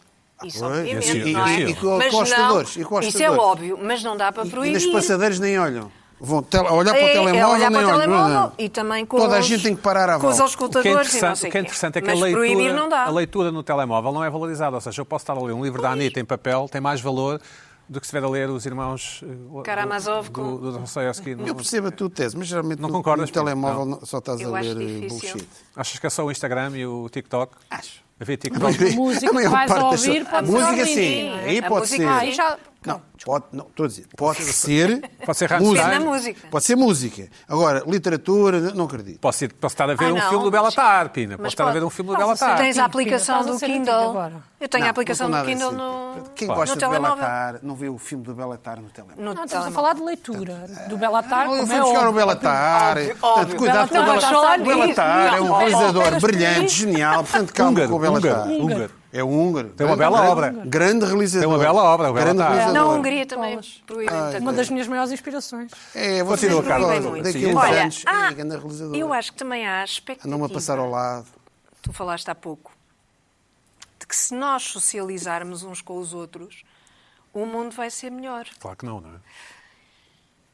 Speaker 2: Isso,
Speaker 5: Ah, pois,
Speaker 2: obviamente,
Speaker 1: é assim,
Speaker 2: não é?
Speaker 1: é assim.
Speaker 5: E com-
Speaker 2: Mas
Speaker 5: com os
Speaker 2: não,
Speaker 5: tadores, e com os
Speaker 2: isso é
Speaker 5: tadores.
Speaker 2: óbvio, mas não dá para
Speaker 5: E, e
Speaker 2: proibir.
Speaker 5: nas passadeiras nem olham. Vão tele- olhar para
Speaker 2: É,
Speaker 5: o
Speaker 2: é
Speaker 5: telemóvel,
Speaker 2: olhar para
Speaker 5: nem
Speaker 2: o
Speaker 5: olham.
Speaker 2: telemóvel
Speaker 5: Não, não.
Speaker 2: e também com
Speaker 5: Toda a
Speaker 2: os-
Speaker 5: gente tem que parar à
Speaker 2: com
Speaker 1: O que
Speaker 2: os
Speaker 5: volta.
Speaker 1: é
Speaker 2: auscultadores e não
Speaker 1: interessante,
Speaker 2: sei
Speaker 1: o que é,
Speaker 2: quê.
Speaker 1: interessante é que a
Speaker 2: mas proibir
Speaker 1: leitura,
Speaker 2: não dá.
Speaker 1: a leitura no telemóvel não é valorizada. Ou seja, eu posso estar a ler um livro da Anitta em papel, tem mais valor do que se estiver a ler os irmãos eh,
Speaker 2: Karamazov com-
Speaker 1: do, do, do Dostoiévski. Não-
Speaker 5: Eu percebo a tua tese, mas geralmente
Speaker 1: Não
Speaker 5: no,
Speaker 1: concordas,
Speaker 5: no telemóvel não- só estás
Speaker 2: Eu
Speaker 5: a
Speaker 2: acho
Speaker 5: ler eh,
Speaker 2: difícil.
Speaker 5: bullshit.
Speaker 1: Achas que é só o Instagram e o TikTok? Acho. Havia
Speaker 5: Mas
Speaker 1: TikTok.
Speaker 5: vê,
Speaker 4: música
Speaker 5: [LAUGHS] a maior
Speaker 4: que vais
Speaker 5: parte das-
Speaker 4: ouvir pode
Speaker 5: a
Speaker 4: ser
Speaker 5: música
Speaker 4: online.
Speaker 5: sim, aí
Speaker 2: A
Speaker 5: pode
Speaker 2: música
Speaker 5: ser.
Speaker 2: online já-
Speaker 5: Não, pode, não, estou a dizer, pode ser.
Speaker 1: Pode ser rap
Speaker 2: Depende da
Speaker 1: style.
Speaker 2: música.
Speaker 5: Pode ser música. Agora, literatura, não acredito.
Speaker 1: Posso, ir- posso estar a ver
Speaker 2: Ah,
Speaker 1: um
Speaker 2: não.
Speaker 1: filme do Bellatar, Pina. Posso
Speaker 2: Mas
Speaker 1: estar a
Speaker 2: pode. Ah,
Speaker 1: ver um filme do
Speaker 4: Posso
Speaker 1: Bellatar.
Speaker 4: ser-
Speaker 2: Tens a
Speaker 4: Pina,
Speaker 2: aplicação
Speaker 4: estás a
Speaker 2: do
Speaker 4: ser antiga
Speaker 2: Kindle.
Speaker 4: agora.
Speaker 2: Eu tenho
Speaker 5: Não,
Speaker 2: a aplicação
Speaker 5: não
Speaker 2: do
Speaker 5: estou
Speaker 2: Kindle
Speaker 5: nada a
Speaker 2: no
Speaker 5: dizer. Quem
Speaker 2: no
Speaker 5: gosta de
Speaker 2: telemóvel.
Speaker 5: Belatar não vê o filme do Belatar no telemóvel.
Speaker 2: No
Speaker 4: não, estamos a
Speaker 2: telemóvel.
Speaker 4: falar de leitura, do Belatar,
Speaker 5: Eu
Speaker 4: como
Speaker 5: fui
Speaker 4: é
Speaker 5: buscar o
Speaker 4: óbvio.
Speaker 5: Belatar. Portanto, eh, cuidado com o
Speaker 4: Bellatar,
Speaker 5: Belatar.
Speaker 4: só
Speaker 5: O Belatar é um
Speaker 4: diz- não,
Speaker 5: realizador
Speaker 4: operas por aí.
Speaker 5: brilhante, genial. Portanto, calma
Speaker 1: Húngaro,
Speaker 5: com o Belatar.
Speaker 1: húngaro, húngaro.
Speaker 5: É um húngaro.
Speaker 1: Tem uma bela
Speaker 5: grande,
Speaker 1: obra.
Speaker 5: Grande realizador.
Speaker 1: Tem uma bela obra, o
Speaker 5: Grande
Speaker 1: Bellatar.
Speaker 5: realizador.
Speaker 2: Não, a Hungria também
Speaker 5: Ah,
Speaker 2: proíbe muita
Speaker 4: Uma
Speaker 5: então
Speaker 2: coisa.
Speaker 4: das minhas maiores inspirações.
Speaker 5: É, vocês
Speaker 1: Continua, Carla.
Speaker 5: recordam,
Speaker 1: Sim,
Speaker 5: Daqui a
Speaker 1: sim.
Speaker 5: uns
Speaker 1: Olha,
Speaker 5: anos,
Speaker 2: ah,
Speaker 5: é grande realizador.
Speaker 2: Eu acho que também há a
Speaker 5: Andam
Speaker 2: expectativa.
Speaker 5: a passar ao lado.
Speaker 2: Tu falaste há pouco de que se nós socializarmos uns com os outros, o mundo vai ser melhor.
Speaker 1: Claro que não, não é?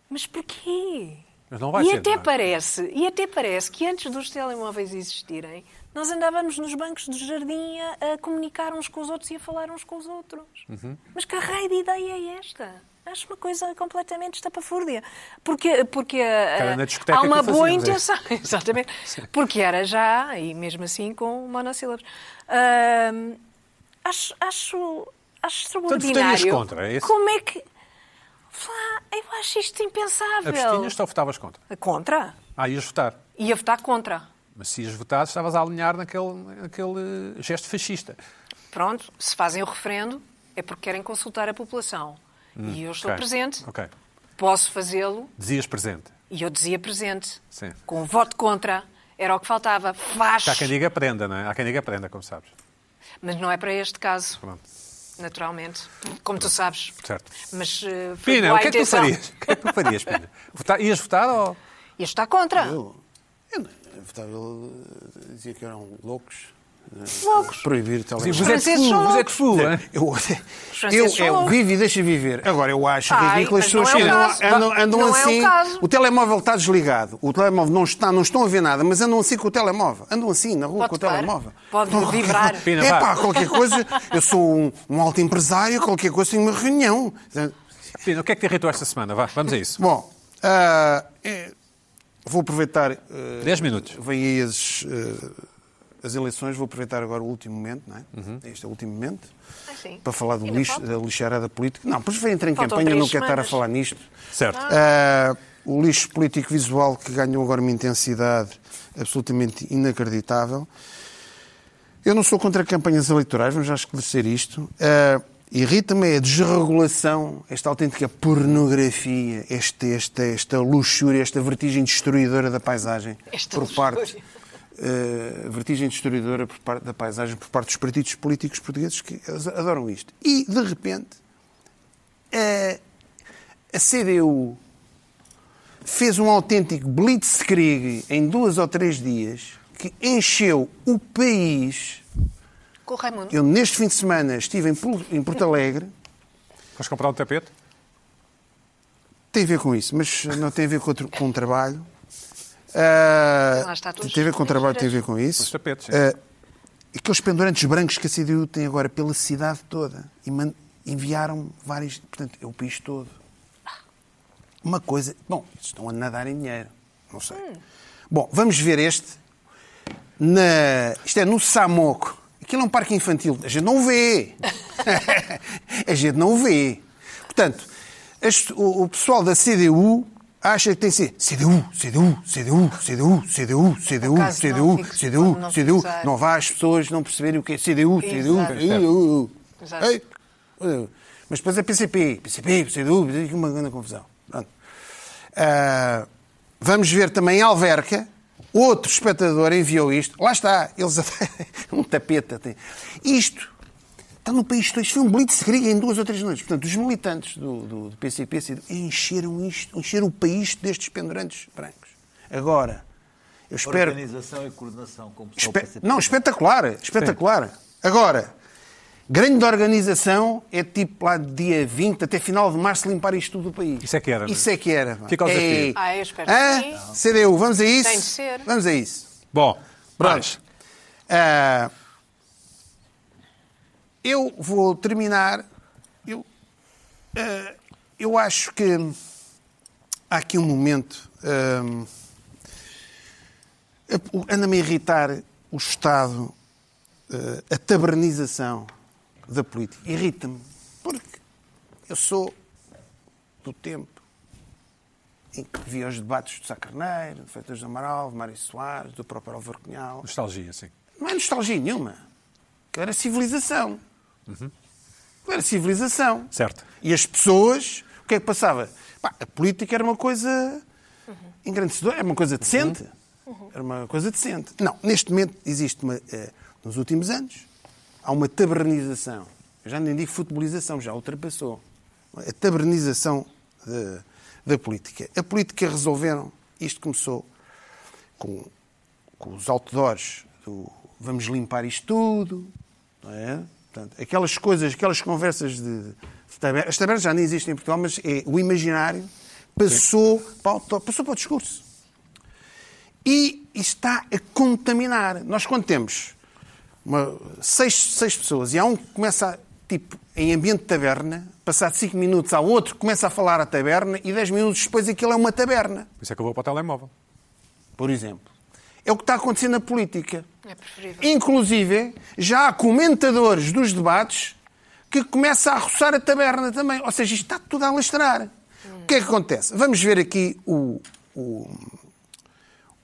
Speaker 2: Mas porquê?
Speaker 1: Mas não vai
Speaker 2: e
Speaker 1: ser,
Speaker 2: até
Speaker 1: não é?
Speaker 2: parece, e até parece que antes dos telemóveis existirem, nós andávamos nos bancos do jardim a, a comunicar uns com os outros e a falar uns com os outros.
Speaker 1: Uhum.
Speaker 2: Mas que raio de ideia é esta? Acho uma coisa completamente estapafúrdia. Porque, porque ah,
Speaker 1: Cara, na discoteca
Speaker 2: há uma
Speaker 1: que
Speaker 2: boa
Speaker 1: fazíamos, é?
Speaker 2: intenção. [LAUGHS]
Speaker 1: [LAUGHS]
Speaker 2: Exatamente. Porque era já, e mesmo assim com monossílabos. Ah, acho, acho, acho
Speaker 1: votarias
Speaker 2: extraordinário.
Speaker 1: contra, é isso?
Speaker 2: Como é que. Flá, eu acho isto impensável.
Speaker 1: Abstinhas só votavas contra.
Speaker 2: Contra?
Speaker 1: Ah, ias votar.
Speaker 2: Ia votar contra.
Speaker 1: Mas se ias votar, estavas a alinhar naquele, naquele gesto fascista.
Speaker 2: Pronto, se fazem o referendo é porque querem consultar a população. e eu estou
Speaker 1: Hum, Ok.
Speaker 2: presente,
Speaker 1: Ok.
Speaker 2: posso fazê-lo,
Speaker 1: Dizias presente.
Speaker 2: e eu dizia presente.
Speaker 1: Sim.
Speaker 2: Com o voto contra, era o que faltava. Faz!
Speaker 1: Há quem diga prenda, não é? Há quem diga prenda, como sabes.
Speaker 2: Mas não é para este caso,
Speaker 1: Pronto,
Speaker 2: naturalmente, como tu sabes.
Speaker 1: certo.
Speaker 2: Mas eh, foi
Speaker 1: Pina,
Speaker 2: boa
Speaker 1: o que é que tu
Speaker 2: intenção.
Speaker 1: farias? O que é que tu farias, Pina? Votar- ias votar ou...
Speaker 2: Ia estar contra.
Speaker 5: Eu, eu, não- eu votava, ele dizia que eram loucos. Loucos. Proibir
Speaker 1: Sim, é-
Speaker 5: telemóvel.
Speaker 1: Vous êtes
Speaker 2: franceses
Speaker 1: fou,
Speaker 2: são
Speaker 1: vous êtes fou, hein?
Speaker 5: Eu, eu,
Speaker 2: franceses são
Speaker 5: eu
Speaker 2: loucos.
Speaker 5: vivo e deixo viver. Agora, eu acho
Speaker 1: Ah,
Speaker 2: Ai,
Speaker 5: ridículo as
Speaker 2: mas não
Speaker 5: pessoas
Speaker 2: é o
Speaker 5: que andam,
Speaker 2: caso.
Speaker 5: andam-
Speaker 2: Não
Speaker 5: andam
Speaker 2: é o
Speaker 5: assim.
Speaker 2: caso.
Speaker 5: o telemóvel está desligado. O telemóvel não está, não estão a ver nada, mas andam assim com o telemóvel. Andam assim na rua
Speaker 2: Pode
Speaker 5: com o
Speaker 2: tocar.
Speaker 5: telemóvel.
Speaker 2: Pode
Speaker 5: Estão-
Speaker 2: vibrar.
Speaker 1: Pina,
Speaker 5: É pá,
Speaker 1: vá.
Speaker 5: qualquer coisa. Eu sou um, um alto empresário, qualquer coisa tenho uma reunião.
Speaker 1: Pina, o que é que te irritou esta semana? Vá, vamos a isso.
Speaker 5: Bom, ah, eh, vou aproveitar. eh,
Speaker 1: 10 minutos.
Speaker 5: Vêm aí as, eh, as eleições, vou aproveitar agora o último momento, não é?
Speaker 1: Uhum.
Speaker 5: Este é o último momento.
Speaker 2: Ah, sim.
Speaker 5: Para falar do
Speaker 2: Ainda
Speaker 5: lixo,
Speaker 2: falta.
Speaker 5: da lixarada política. Não, pois vai entrar em
Speaker 2: Faltam
Speaker 5: campanha,
Speaker 2: três
Speaker 5: não quero estar a
Speaker 2: semanas.
Speaker 5: falar nisto.
Speaker 1: Certo.
Speaker 5: Ah, o lixo político visual que ganhou agora uma intensidade absolutamente inacreditável. Eu não sou contra campanhas eleitorais, vamos já esclarecer isto. Ah, Irrita-me é a desregulação, esta autêntica pornografia, este, esta, esta luxúria, esta vertigem destruidora da paisagem
Speaker 2: Esta
Speaker 5: por
Speaker 2: luxúria.
Speaker 5: parte. ah, vertigem destruidora por parte da paisagem por parte dos partidos políticos portugueses que adoram isto. E, de repente, a, a CDU fez um autêntico blitzkrieg em duas ou três dias que encheu o país.
Speaker 2: Com o Raimundo.
Speaker 5: Eu, neste fim de semana, estive em Pul- em Porto Alegre.
Speaker 1: Vais comprar um tapete?
Speaker 5: Tem a ver com isso, mas não tem a ver com, outro- com o trabalho. Ah,
Speaker 2: Lá está, todos
Speaker 5: tem a ver com o trabalho, tem a ver com
Speaker 1: Os
Speaker 5: isso.
Speaker 1: tapetes, sim.
Speaker 5: Ah, aqueles pendurantes brancos que a CDU tem agora pela cidade toda. E man- enviaram vários. Portanto, é o país todo. Uma coisa. Bom, eles estão a nadar em dinheiro. Não sei.
Speaker 2: Hum.
Speaker 5: Bom, vamos ver este. Na, isto é no Samoco. Aquilo é um parque infantil. A gente
Speaker 2: [LAUGHS]
Speaker 5: não vê. a gente não vê. Portanto, as- o, o pessoal da CDU acha que tem que ser CDU, CDU, CDU, CDU, CDU, CDU,
Speaker 2: acaso não,
Speaker 5: CDU,
Speaker 2: fico-
Speaker 5: CDU,
Speaker 2: não
Speaker 5: CDU.
Speaker 2: precisar.
Speaker 5: Não vá as pessoas não perceberem o que é CDU, CDU,
Speaker 2: Exato.
Speaker 5: CDU.
Speaker 2: Exato.
Speaker 5: Ei, eh, Mas depois é PCP, PCP, PCDU, é uma grande confusão. Pronto. Ah, vamos ver também Alverca. Outro espectador enviou isto. Lá está, eles até... [LAUGHS] um tapete. Até. Isto está no país todo. Isto foi um blitzkrieg em duas ou três noites. Portanto, os militantes do, do, do PCP se- encheram isto, encheram o país destes pendurantes brancos. Agora, eu espero...
Speaker 6: Organização e coordenação com o pessoal
Speaker 5: Espe-
Speaker 6: PCP.
Speaker 5: Não, espetacular, espetacular. Agora, grande organização é tipo lá de dia 20 até final de março limpar isto tudo do país.
Speaker 1: Isso é que era, não é?
Speaker 5: Isso é que era. pá.
Speaker 1: Fica o desafio.
Speaker 5: Ei.
Speaker 2: Ah, eu espero
Speaker 5: Hã?
Speaker 2: que sim.
Speaker 5: CDU, vamos a isso?
Speaker 2: Tem de ser.
Speaker 5: Vamos a isso.
Speaker 1: Bom,
Speaker 5: Pronto.
Speaker 1: Brás.
Speaker 5: Ah, eu vou terminar. Eu, ah, eu acho que há aqui um momento. ah, Anda-me a irritar o Estado, ah, a tabernização da política. Irrita-me, porque eu sou do tempo em que via os debates do Sá Carneiro, do Feitas do Amaral, do Mário Soares, do próprio Álvaro Cunhal.
Speaker 1: Nostalgia, sim.
Speaker 5: Não é nostalgia nenhuma. Que era civilização. Que Era civilização.
Speaker 1: Certo.
Speaker 5: E as pessoas, o que é que passava? Pá, a política era uma coisa engrandecedora, era uma coisa decente. Era uma coisa decente. Não, neste momento existe uma. eh, nos últimos anos, há uma tabernização. Eu já nem digo futebolização, já ultrapassou. A tabernização da- da política. A política resolveram, isto começou com, com os outdoors do vamos limpar isto tudo, não é? Portanto, aquelas coisas, aquelas conversas de, de tabernas, as tabernas já nem existem em Portugal, mas é, o imaginário passou para, o outdoor, passou para o discurso. E está a contaminar. Nós quando temos uma- seis, seis pessoas e há um que começa a, tipo, em ambiente de taberna, passado cinco minutos há um outro que começa a falar à taberna e dez minutos depois aquilo é uma taberna,
Speaker 1: Por isso é que eu vou para o telemóvel.
Speaker 5: por exemplo. É o que está acontecendo na política.
Speaker 2: É preferível.
Speaker 5: Inclusive, já há comentadores dos debates que começa a roçar a taberna também. Ou seja, isto está tudo a lastrar. O que é que acontece? Vamos ver aqui o, o,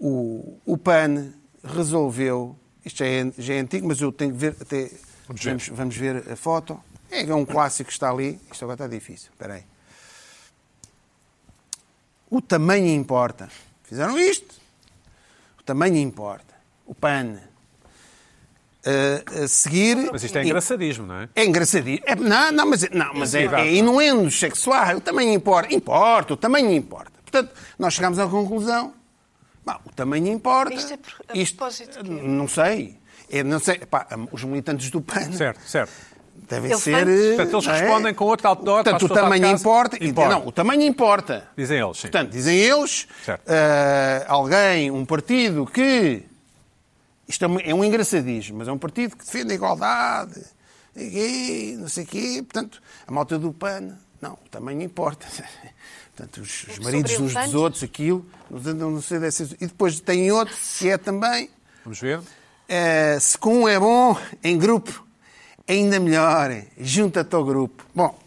Speaker 5: o, o PAN resolveu. Isto já é, já é antigo, mas eu tenho que ver até. Vamos
Speaker 1: ver.
Speaker 5: Vamos, ver a foto. É, é um clássico que está ali. Isto agora está difícil. Espera aí. O tamanho importa. Fizeram isto. O tamanho importa. O PAN. Ah, a seguir.
Speaker 1: Mas isto é
Speaker 5: e-
Speaker 1: engraçadismo, não é?
Speaker 5: é engraçadinho. É- não, não, mas, não, mas é,
Speaker 1: Exato.
Speaker 5: é inuendo sexual. O tamanho importa. Importa, o tamanho importa. Portanto, nós chegámos à conclusão. Bom, o tamanho importa. eh,
Speaker 2: Isto é por- a propósito de quê?
Speaker 5: Não sei. É, não sei, pá, os militantes do PAN
Speaker 1: Certo, certo.
Speaker 5: devem
Speaker 2: Eles
Speaker 5: ser.
Speaker 2: têm-
Speaker 5: eh,
Speaker 1: Portanto, eles
Speaker 5: não é?
Speaker 1: respondem com outro outdoor para as
Speaker 5: Portanto,
Speaker 1: pessoas
Speaker 5: o
Speaker 1: lá de
Speaker 5: tamanho
Speaker 1: casa.
Speaker 5: importa,
Speaker 1: Importa.
Speaker 5: Não, o tamanho importa.
Speaker 1: Dizem eles, sim.
Speaker 5: Portanto, dizem eles,
Speaker 1: Certo.
Speaker 5: eh, alguém, um partido que. Isto é um, é um engraçadismo, mas é um partido que defende a igualdade, e, não sei o quê. Portanto, a malta do PAN, não, o tamanho importa. [LAUGHS] Portanto, os, os maridos uns dos
Speaker 2: sobreelefantes.
Speaker 5: outros, aquilo, não, não sei dessas. E depois tem outro que é também.
Speaker 1: Vamos ver.
Speaker 5: Eh, se com um é bom, em grupo, ainda melhor. Junta-te ao grupo. Bom,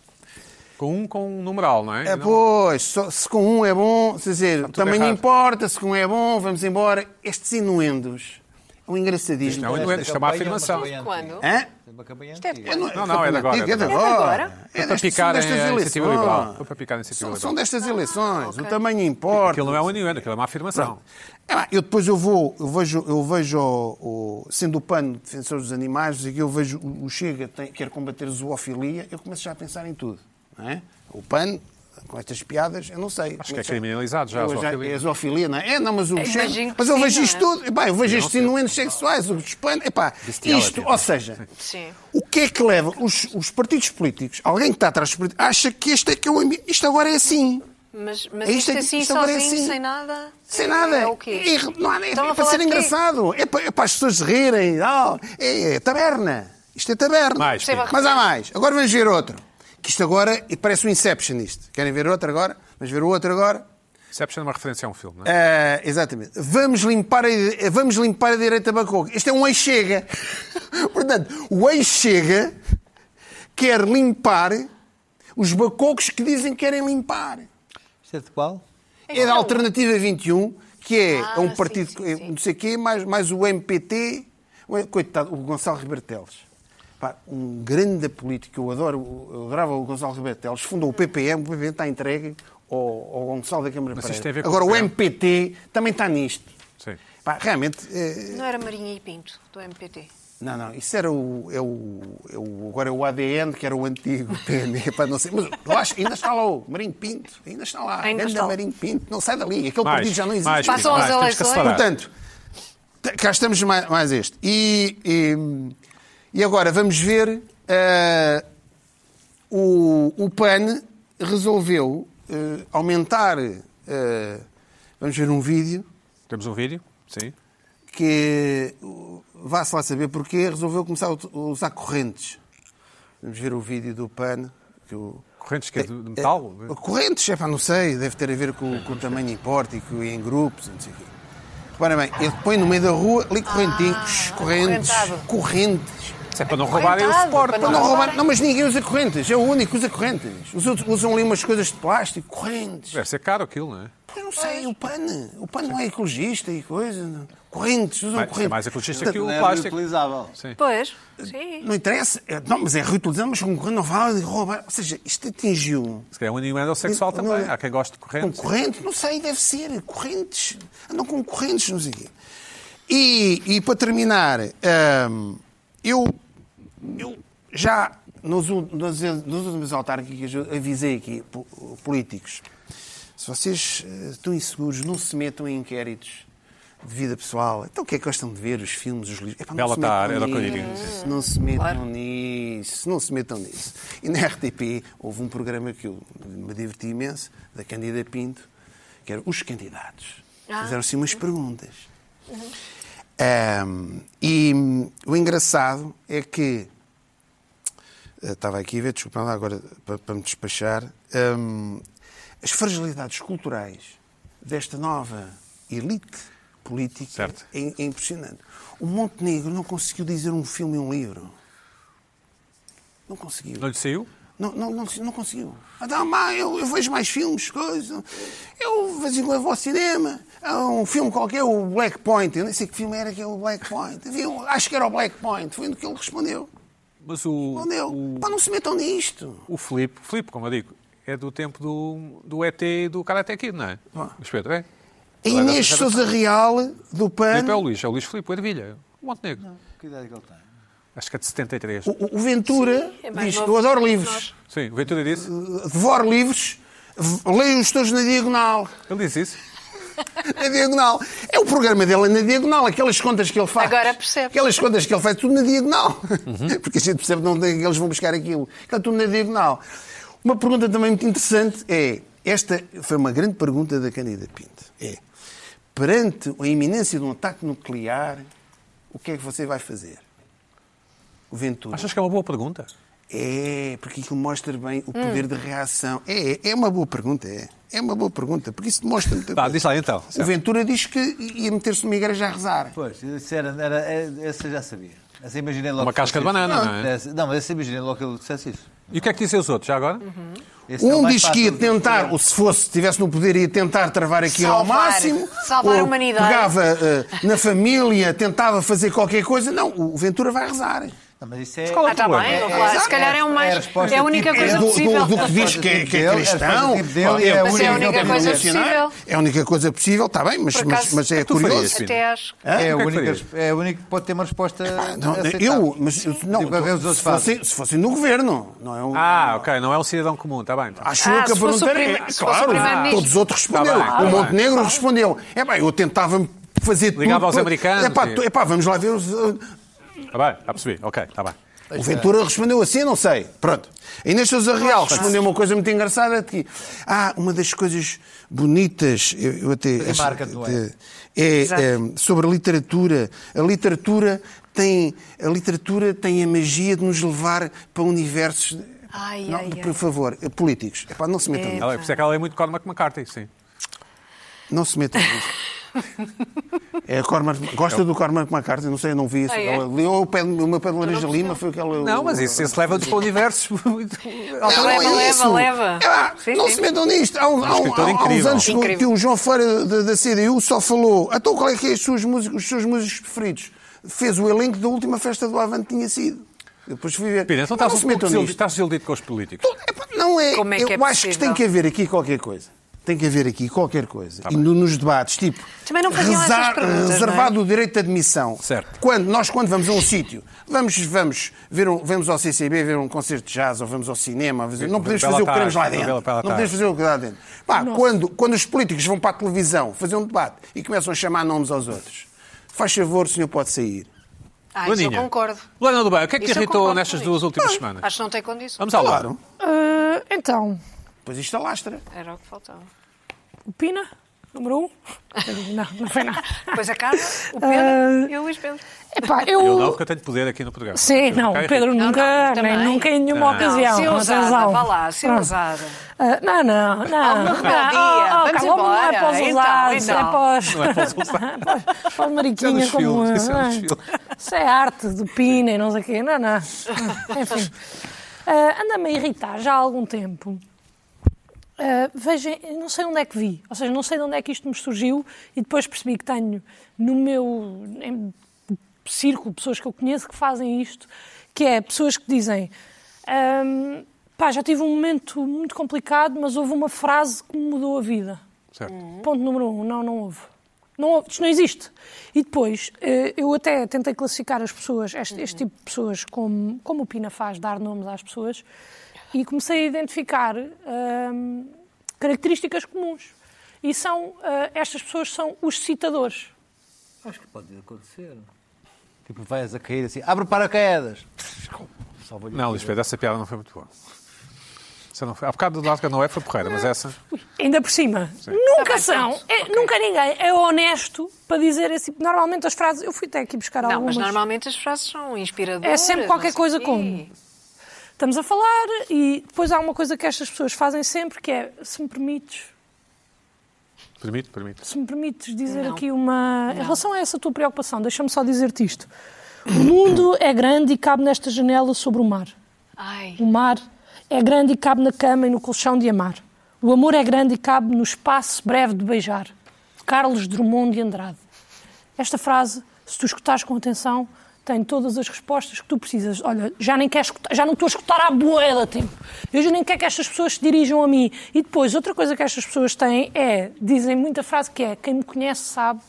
Speaker 1: Com um com um numeral, não é?
Speaker 5: eh,
Speaker 1: Não.
Speaker 5: pois, só- se com um é bom, quer dizer,
Speaker 1: tudo
Speaker 5: também não
Speaker 1: errado.
Speaker 5: importa, se com um é bom, vamos embora. Estes inuendos, é um
Speaker 1: Isto
Speaker 5: engraçadismo.
Speaker 1: não é
Speaker 6: Esta
Speaker 1: doente, isto é uma
Speaker 6: campanha é uma
Speaker 1: afirmação.
Speaker 6: campanha.
Speaker 2: Quando?
Speaker 5: Hã?
Speaker 6: Tem uma campanha
Speaker 2: é
Speaker 6: antiga.
Speaker 5: Eu
Speaker 1: Não, não, é de agora,
Speaker 5: antigo,
Speaker 1: é de
Speaker 5: agora.
Speaker 2: agora.
Speaker 5: É
Speaker 1: Foi para
Speaker 5: destas-
Speaker 1: picar
Speaker 5: destas
Speaker 1: a iniciativa
Speaker 5: eleições.
Speaker 1: liberal. Foi para picar a iniciativa
Speaker 5: São,
Speaker 1: liberal.
Speaker 5: são destas eleições,
Speaker 2: ok.
Speaker 5: o tamanho importa.
Speaker 1: Aquilo não é um inuendo, aquilo é uma afirmação.
Speaker 5: É lá, eu depois eu vou, eu vejo, eu vejo o, o- sendo o PAN defensor dos animais, aqui eu vejo o o Chega tem, quer combater a zoofilia, eu começo já a pensar em tudo. não é? O PAN, com estas piadas, eu não sei.
Speaker 1: Acho que é criminalizado já a
Speaker 5: Eu
Speaker 1: zoofilia.
Speaker 5: É a zoofilia, não é? É, não, mas o
Speaker 2: Imagino
Speaker 5: Chega-
Speaker 2: que
Speaker 5: Mas eu
Speaker 2: sim,
Speaker 5: vejo
Speaker 2: não
Speaker 5: isto
Speaker 2: é?
Speaker 5: tudo. Epá, eu vejo estes inuendos sexuais, o PAN. Epá, isto, ou seja,
Speaker 2: Sim.
Speaker 5: o que é que leva os, os partidos políticos, alguém que está atrás dos partidos, acha que este é que é o ambiente. Isto agora é assim.
Speaker 2: Mas, mas
Speaker 5: É
Speaker 2: isto,
Speaker 5: isto aqui,
Speaker 2: assim,
Speaker 5: isto agora é
Speaker 2: sozinho,
Speaker 5: assim.
Speaker 2: sem nada.
Speaker 5: Sem nada.
Speaker 2: É o quê?
Speaker 5: É, não há, é,
Speaker 2: Estão a
Speaker 5: para
Speaker 2: falar
Speaker 5: ser
Speaker 2: de quê?
Speaker 5: engraçado. É para, é para as pessoas rirem. Oh, é, é taberna. Isto é taberna.
Speaker 1: Mais, Sim,
Speaker 2: Pedro.
Speaker 5: Mas há mais. Agora vamos ver outro. Que isto agora e parece um Inception isto. Querem ver outro agora? Vamos ver o outro agora.
Speaker 1: Inception é uma referência a um filme, não é?
Speaker 5: Ah, exatamente. Vamos limpar, a, vamos limpar a direita Bacoco. Este é um ex-chega. [LAUGHS] Portanto, o ex-chega quer limpar os bacocos que dizem que querem limpar.
Speaker 6: Isto é de qual?
Speaker 5: É da Alternativa 21, que é
Speaker 2: Ah,
Speaker 5: um
Speaker 2: sim,
Speaker 5: partido,
Speaker 2: sim, sim.
Speaker 5: não sei o quê, mais, mais o MPT. o- Coitado, o Gonçalo Ribeiro Teles. Pá, um grande político, eu adoro, eu adorava o Gonçalo Ribeiro Teles. Fundou o PPM, o PPM está entregue ao, ao Gonçalo da Câmara
Speaker 1: Mas isto
Speaker 5: Pereira.
Speaker 1: tem a ver com
Speaker 5: Agora,
Speaker 1: o
Speaker 5: o
Speaker 1: PPM.
Speaker 5: MPT também está nisto.
Speaker 1: Sim.
Speaker 5: Pá, realmente, eh,
Speaker 2: Não era Marinha e Pinto, do MPT.
Speaker 5: não, não, isso era o, é o, é o- Agora é o ADN, que era o antigo [LAUGHS] PN, para não sei. Mas eu acho, ainda está lá o Marinho Pinto, ainda está lá.
Speaker 2: Ainda
Speaker 5: Ainda
Speaker 2: está.
Speaker 5: Marinho Pinto, não sai dali, aquele
Speaker 1: Mais,
Speaker 5: partido já não existe.
Speaker 1: mais,
Speaker 2: Passam
Speaker 1: mais,
Speaker 2: as
Speaker 1: temos que
Speaker 2: eleições.
Speaker 1: acelerar.
Speaker 5: Portanto, t- cá estamos mais, mais este. E, e, e agora vamos ver. eh, o, o PAN resolveu eh, aumentar. eh, vamos ver um vídeo
Speaker 1: Temos um vídeo? Sim.
Speaker 5: que uh, vá-se lá saber porquê, resolveu começar a ut- a usar correntes. Vamos ver o vídeo do PAN. Que o...
Speaker 1: Correntes que é de de metal?
Speaker 5: Correntes, é pá, não sei, deve ter a ver com, com o tamanho importa e com- e em grupos, e não sei o quê. Repara bem, ele põe no meio da rua ali correntinhos, correntes,
Speaker 2: correntado.
Speaker 5: correntes.
Speaker 1: Isso é para não roubarem o
Speaker 2: Correntado,
Speaker 1: suporte.
Speaker 2: para não
Speaker 5: Não, não, roubar,
Speaker 2: roubarem.
Speaker 5: não, mas ninguém usa correntes, é o único que usa correntes. Os outros usam ali umas coisas de plástico, correntes.
Speaker 1: Deve ser caro aquilo, não é?
Speaker 5: Eu não sei, o PAN. O PAN não é ecologista e coisa. não. Correntes, usam
Speaker 1: Mas
Speaker 5: correntes.
Speaker 1: é mais ecologista que o
Speaker 6: Não é
Speaker 1: plástico.
Speaker 6: reutilizável.
Speaker 2: Pois, sim.
Speaker 5: Não interessa. É, Não, mas é reutilizando, mas com corrente não vale roubar. Ou seja, isto atingiu
Speaker 1: Se calhar um animal sexual
Speaker 5: Não,
Speaker 1: também.
Speaker 5: não.
Speaker 1: Há quem goste de
Speaker 5: um
Speaker 1: correntes.
Speaker 5: corrente, não sei, deve ser. Correntes. Andam com correntes, não sei o quê. E, e para terminar, hum, eu, eu já nos, ul- nas, nas últimas autárquicas eu avisei aqui po- políticos. Se vocês eh, estão inseguros, não se metam em inquéritos de vida pessoal. Então o que é que gostam de ver? Os filmes, os livros? Epá, não
Speaker 1: Bela
Speaker 5: se metam
Speaker 1: tarde, era o é que eu
Speaker 5: nisso.
Speaker 1: diria.
Speaker 5: Não se metam nisso, não se metam nisso. E na RTP houve um programa que eu me diverti imenso, da Candida Pinto, que era Os Candidatos.
Speaker 2: Ah.
Speaker 5: Fizeram-se umas perguntas. Ahm, e hum, o engraçado é que. eh, Estava aqui a ver, desculpa lá agora para, para me despachar. Ahm, as fragilidades culturais desta nova elite política
Speaker 1: Certo.
Speaker 5: é, é impressionante. O Montenegro não conseguiu dizer um filme e um livro. Não conseguiu.
Speaker 1: Não lhe saiu?
Speaker 5: Não, não, não, não conseguiu. Ah, não, má, eu, eu vejo mais filmes, coisa. Eu de vez em quando vou ao cinema. Há um filme qualquer, o Black Point. Eu nem sei que filme era que é o Black Point. Havia um- acho que era o Black Point. Foi no que ele respondeu.
Speaker 1: Mas o,
Speaker 5: Respondeu.
Speaker 1: o,
Speaker 5: Pá, não se metam nisto.
Speaker 1: o Filipe, Filipe, como eu digo, é do tempo do, do ET e do Karate Kid, não é?
Speaker 5: Ah.
Speaker 1: Mas Pedro, é?
Speaker 5: A
Speaker 1: Ele é
Speaker 5: Inês
Speaker 1: dessa geração.
Speaker 5: Souza Real, do PAN.
Speaker 1: Filipe é o Luís, é o Luís Filipe, o Ervilha, o Montenegro.
Speaker 6: Que idade é que ele tem?
Speaker 1: Acho que é de 73.
Speaker 5: Ah. O, o- o Ventura
Speaker 2: é mais
Speaker 5: diz:
Speaker 2: novo
Speaker 5: Eu adoro
Speaker 2: que
Speaker 5: livros.
Speaker 1: Sim, o Ventura disse.
Speaker 5: Devoro livros. v- Leio-os todos na diagonal.
Speaker 1: Ele disse isso.
Speaker 5: na diagonal. É o programa dele é na diagonal, aquelas contas que ele faz.
Speaker 2: Agora percebes.
Speaker 5: Aquelas contas que ele faz, tudo na diagonal. Porque a gente percebe de onde é que eles vão buscar aquilo. Está tudo na diagonal. Uma pergunta também muito interessante é: esta foi uma grande pergunta da Candida Pinto. É, perante a iminência de um ataque nuclear, o que é que você vai fazer? O Ventura.
Speaker 1: Achas que é uma boa pergunta?
Speaker 5: É, porque aquilo mostra bem o poder de reação. É, é uma boa pergunta, é. É uma boa pergunta, porque isso mostra muita
Speaker 1: Tá,
Speaker 5: coisa.
Speaker 1: diz lá então.
Speaker 5: O Ventura diz que ia meter-se numa igreja a rezar.
Speaker 6: Pois, isso era, era, é- essa eu já sabia. Essa imaginei logo
Speaker 1: Uma
Speaker 6: que
Speaker 1: casca de
Speaker 6: fosse isso.
Speaker 1: banana, não é?
Speaker 6: Essa- Não, mas essa imaginei logo que ele dissesse isso.
Speaker 1: E o que é que dizem os outros, já agora?
Speaker 6: Esse é o
Speaker 5: Um
Speaker 6: mais
Speaker 5: diz que
Speaker 6: fácil
Speaker 5: ia
Speaker 6: de
Speaker 5: tentar,
Speaker 6: fazer.
Speaker 5: ou se fosse, estivesse no poder, ia tentar travar aquilo
Speaker 2: Salvar.
Speaker 5: ao máximo.
Speaker 2: Salvar
Speaker 5: ou
Speaker 2: a humanidade.
Speaker 5: Pegava eh, na família, tentava fazer qualquer coisa. Não, o Ventura vai rezar.
Speaker 6: Não, mas isso é...
Speaker 1: qual é
Speaker 2: Ah, está
Speaker 1: problema.
Speaker 2: bem, não
Speaker 6: É,
Speaker 2: claro.
Speaker 6: é,
Speaker 2: Se calhar é o
Speaker 6: é a
Speaker 2: mais.
Speaker 6: resposta
Speaker 2: É a única
Speaker 6: tipo-
Speaker 2: coisa
Speaker 5: do,
Speaker 2: possível.
Speaker 5: do- do que diz que, é- que
Speaker 6: Dele,
Speaker 5: é
Speaker 6: é
Speaker 5: cristão.
Speaker 6: resposta dele, é a
Speaker 2: Mas é a única
Speaker 5: que eu
Speaker 2: coisa
Speaker 5: posso mencionar.
Speaker 2: possível.
Speaker 5: É a única coisa possível, está bem, mas,
Speaker 2: Por
Speaker 5: mas-
Speaker 2: acaso,
Speaker 5: mas é
Speaker 1: tu farias,
Speaker 5: curioso.
Speaker 1: filho?
Speaker 2: Até acho.
Speaker 6: É a
Speaker 1: O que é que
Speaker 6: única,
Speaker 1: farias?
Speaker 6: é a única que pode ter uma resposta
Speaker 5: Ah, Não,
Speaker 6: aceitável.
Speaker 5: eu, mas eu- não,
Speaker 6: Tipo, a ver os outros
Speaker 5: se, fosse, se fosse no governo, não é um.
Speaker 1: Ah, ok, não é um cidadão comum, está bem. Tá.
Speaker 5: Acho
Speaker 2: Ah,
Speaker 5: eu que a
Speaker 2: se fosse
Speaker 5: pergunta
Speaker 2: o
Speaker 5: era-
Speaker 2: prime- se fosse o
Speaker 5: Claro,
Speaker 2: primeiro-ministro.
Speaker 5: todos os outros responderam.
Speaker 1: Tá bem,
Speaker 5: o
Speaker 1: tá
Speaker 5: Montenegro respondeu. É bem, eu tentava me fazer tudo.
Speaker 1: Ligava aos
Speaker 5: para-
Speaker 1: americanos
Speaker 5: É pá,
Speaker 1: e-
Speaker 5: tu- é pá, vamos lá ver os. uh,
Speaker 1: Está bem, está a perceber. Ok, está bem.
Speaker 5: O Ventura respondeu assim, não sei. Pronto. Inês Sousa Real respondeu uma coisa muito engraçada que ah, uma das coisas bonitas, eu, eu até acho-
Speaker 6: marca, não é?
Speaker 5: de- é,
Speaker 2: Exato.
Speaker 5: eh, sobre a literatura. A literatura tem a literatura tem a magia de nos levar para universos.
Speaker 2: Ai,
Speaker 5: não,
Speaker 2: ai,
Speaker 5: de-
Speaker 2: ai.
Speaker 5: por favor, eh, políticos, Epá, não se metam nisso.
Speaker 1: Ela, por isso é que ela é muito Cormac McCarthy, sim.
Speaker 5: Não se metam nisso.
Speaker 1: [LAUGHS]
Speaker 5: É, Cormac, gosta do Cormac McCarthy, não sei, eu não vi isso.
Speaker 2: Ah, é?
Speaker 5: Ela leu o, pé, o meu pé de laranja lima, foi aquela.
Speaker 1: Não, mas isso, isso leva-nos para universos [LAUGHS] muito...
Speaker 5: Não,
Speaker 2: Leva,
Speaker 5: é
Speaker 2: leva,
Speaker 5: isso.
Speaker 2: leva.
Speaker 5: É lá,
Speaker 2: Sim,
Speaker 5: não
Speaker 2: sim.
Speaker 5: se metam nisto. Há, um- há um-
Speaker 1: escritor
Speaker 5: há- há uns
Speaker 1: incrível.
Speaker 5: anos que o-
Speaker 2: Incrível.
Speaker 5: que o João Ferreira da, da CDU só falou. Então qual é que é as suas músicas, os seus músicos preferidos? Fez o elenco da última festa do Avante tinha sido. Eu Depois fui ver.
Speaker 1: Pina, então
Speaker 5: Não
Speaker 1: estás
Speaker 5: se
Speaker 1: um pouco
Speaker 5: metam
Speaker 1: desiludido,
Speaker 5: nisto.
Speaker 1: estás desiludido com os políticos.
Speaker 5: Epá, Não é.
Speaker 2: Como é que é
Speaker 5: Eu acho que
Speaker 2: possível?
Speaker 5: tem que haver aqui qualquer coisa. Tem que haver aqui qualquer coisa.
Speaker 1: Tá
Speaker 5: e no- nos debates, tipo.
Speaker 2: Também não faziam essas perguntas,
Speaker 5: Reservado
Speaker 2: não é?
Speaker 5: o direito de admissão.
Speaker 1: Certo.
Speaker 5: Quando, nós, quando vamos a um sítio, vamos, vamos, ver um, vamos ao CCB ver um concerto de jazz ou vamos ao cinema, vamos- não podemos
Speaker 1: Bela
Speaker 5: fazer o que
Speaker 1: tarde,
Speaker 5: queremos lá
Speaker 1: Bela-
Speaker 5: dentro.
Speaker 1: Bela
Speaker 5: Não
Speaker 1: tarde.
Speaker 5: podemos fazer o que lá dentro. Pá, quando, quando os políticos vão para a televisão fazer um debate e começam a chamar nomes aos outros, faz favor, o senhor pode sair.
Speaker 2: Ah, isso eu
Speaker 1: Laninha.
Speaker 2: concordo.
Speaker 1: Luana do Bem, o que é que te
Speaker 2: Isso eu
Speaker 1: irritou
Speaker 2: concordo
Speaker 1: nestas
Speaker 2: com isso. Ah,
Speaker 1: duas últimas semanas?
Speaker 2: Acho que não tem condições.
Speaker 1: Vamos à Luana.
Speaker 5: Claro.
Speaker 4: Ah, então,
Speaker 5: Pois isto alastra.
Speaker 2: Era o que faltava.
Speaker 4: o Pina,
Speaker 2: [LAUGHS]
Speaker 4: número um. Não, não foi nada.
Speaker 2: Depois a Carla, o
Speaker 4: Ah,
Speaker 2: Pedro e o Luís Pedro.
Speaker 4: Epá,
Speaker 1: Eu não,
Speaker 4: eu...
Speaker 1: porque eu tenho poder aqui no programa.
Speaker 4: Sim, não,
Speaker 1: Ok, é
Speaker 4: o Pedro
Speaker 2: Não,
Speaker 4: nunca,
Speaker 2: não, também.
Speaker 4: nem, nunca em nenhuma ocasião.
Speaker 2: Ah, se ousada,
Speaker 4: atenção.
Speaker 2: vá lá, se
Speaker 4: Pronto.
Speaker 2: ousada.
Speaker 4: Ah, não, não, não.
Speaker 2: Alguma
Speaker 4: não,
Speaker 2: rebeldia.
Speaker 4: oh, oh,
Speaker 2: Vamos
Speaker 4: calma, Não é
Speaker 2: embora.
Speaker 4: para os
Speaker 2: Então,
Speaker 4: ousados,
Speaker 2: então.
Speaker 4: é para os...
Speaker 1: Não é para
Speaker 2: [LAUGHS]
Speaker 1: os ousados.
Speaker 4: [LAUGHS] Para os mariquinhas
Speaker 1: Isso é dos
Speaker 4: como...
Speaker 1: filmes, isso é dos
Speaker 4: não
Speaker 1: filmes.
Speaker 4: Isso é arte de pina e não sei o quê. Não, não. Enfim. Ah, Anda-me a irritar já há algum tempo. Uh, vejam, eu não sei onde é que vi, ou seja, não sei de onde é que isto me surgiu e depois percebi que tenho no meu em, círculo pessoas que eu conheço que fazem isto, que é pessoas que dizem "Ahm, pá, já tive um momento muito complicado, mas houve uma frase que me mudou a vida.
Speaker 1: Certo.
Speaker 4: Ponto número um, não, não houve. Não houve, isto não existe. E depois, eh, eu até tentei classificar as pessoas, este, este tipo de pessoas, como, como o Pina faz, dar nomes às pessoas, e comecei a identificar ahm, características comuns. E são, ah, estas pessoas são os citadores.
Speaker 6: Acho que pode acontecer. Tipo, vais a cair assim, abre o paraquedas. Salva-lhe.
Speaker 1: Não, Luís Pedro, essa piada não foi muito boa. Essa não foi. Há bocado do lado que não é, foi porreira, mas essa...
Speaker 4: Ainda por cima. Nunca
Speaker 2: Tá bem,
Speaker 4: são,
Speaker 2: pronto,
Speaker 4: é- nunca ninguém é honesto para dizer esse tipo. Normalmente as frases, eu fui até aqui buscar
Speaker 2: Não,
Speaker 4: algumas.
Speaker 2: mas normalmente as frases são inspiradoras.
Speaker 4: É sempre
Speaker 2: não
Speaker 4: qualquer
Speaker 2: sei
Speaker 4: coisa
Speaker 2: quê.
Speaker 4: como. Estamos a falar e depois há uma coisa que estas pessoas fazem sempre que é, se me permites,
Speaker 1: Permite, permite.
Speaker 4: se me permites dizer
Speaker 2: Não.
Speaker 4: aqui uma. Em relação a essa tua preocupação, deixa-me só dizer-te isto. O mundo é grande e cabe nesta janela sobre o mar.
Speaker 2: Ai,
Speaker 4: O mar é grande e cabe na cama e no colchão de amar. O amor é grande e cabe no espaço breve de beijar. Carlos Drummond de Andrade. Esta frase, se tu escutares com atenção, tem todas as respostas que tu precisas. Olha, já nem quero escutar- já não estou a escutar a boa da tempo. Eu já nem quero que estas pessoas se dirijam a mim. E depois, outra coisa que estas pessoas têm é, dizem muita frase que é, quem me conhece sabe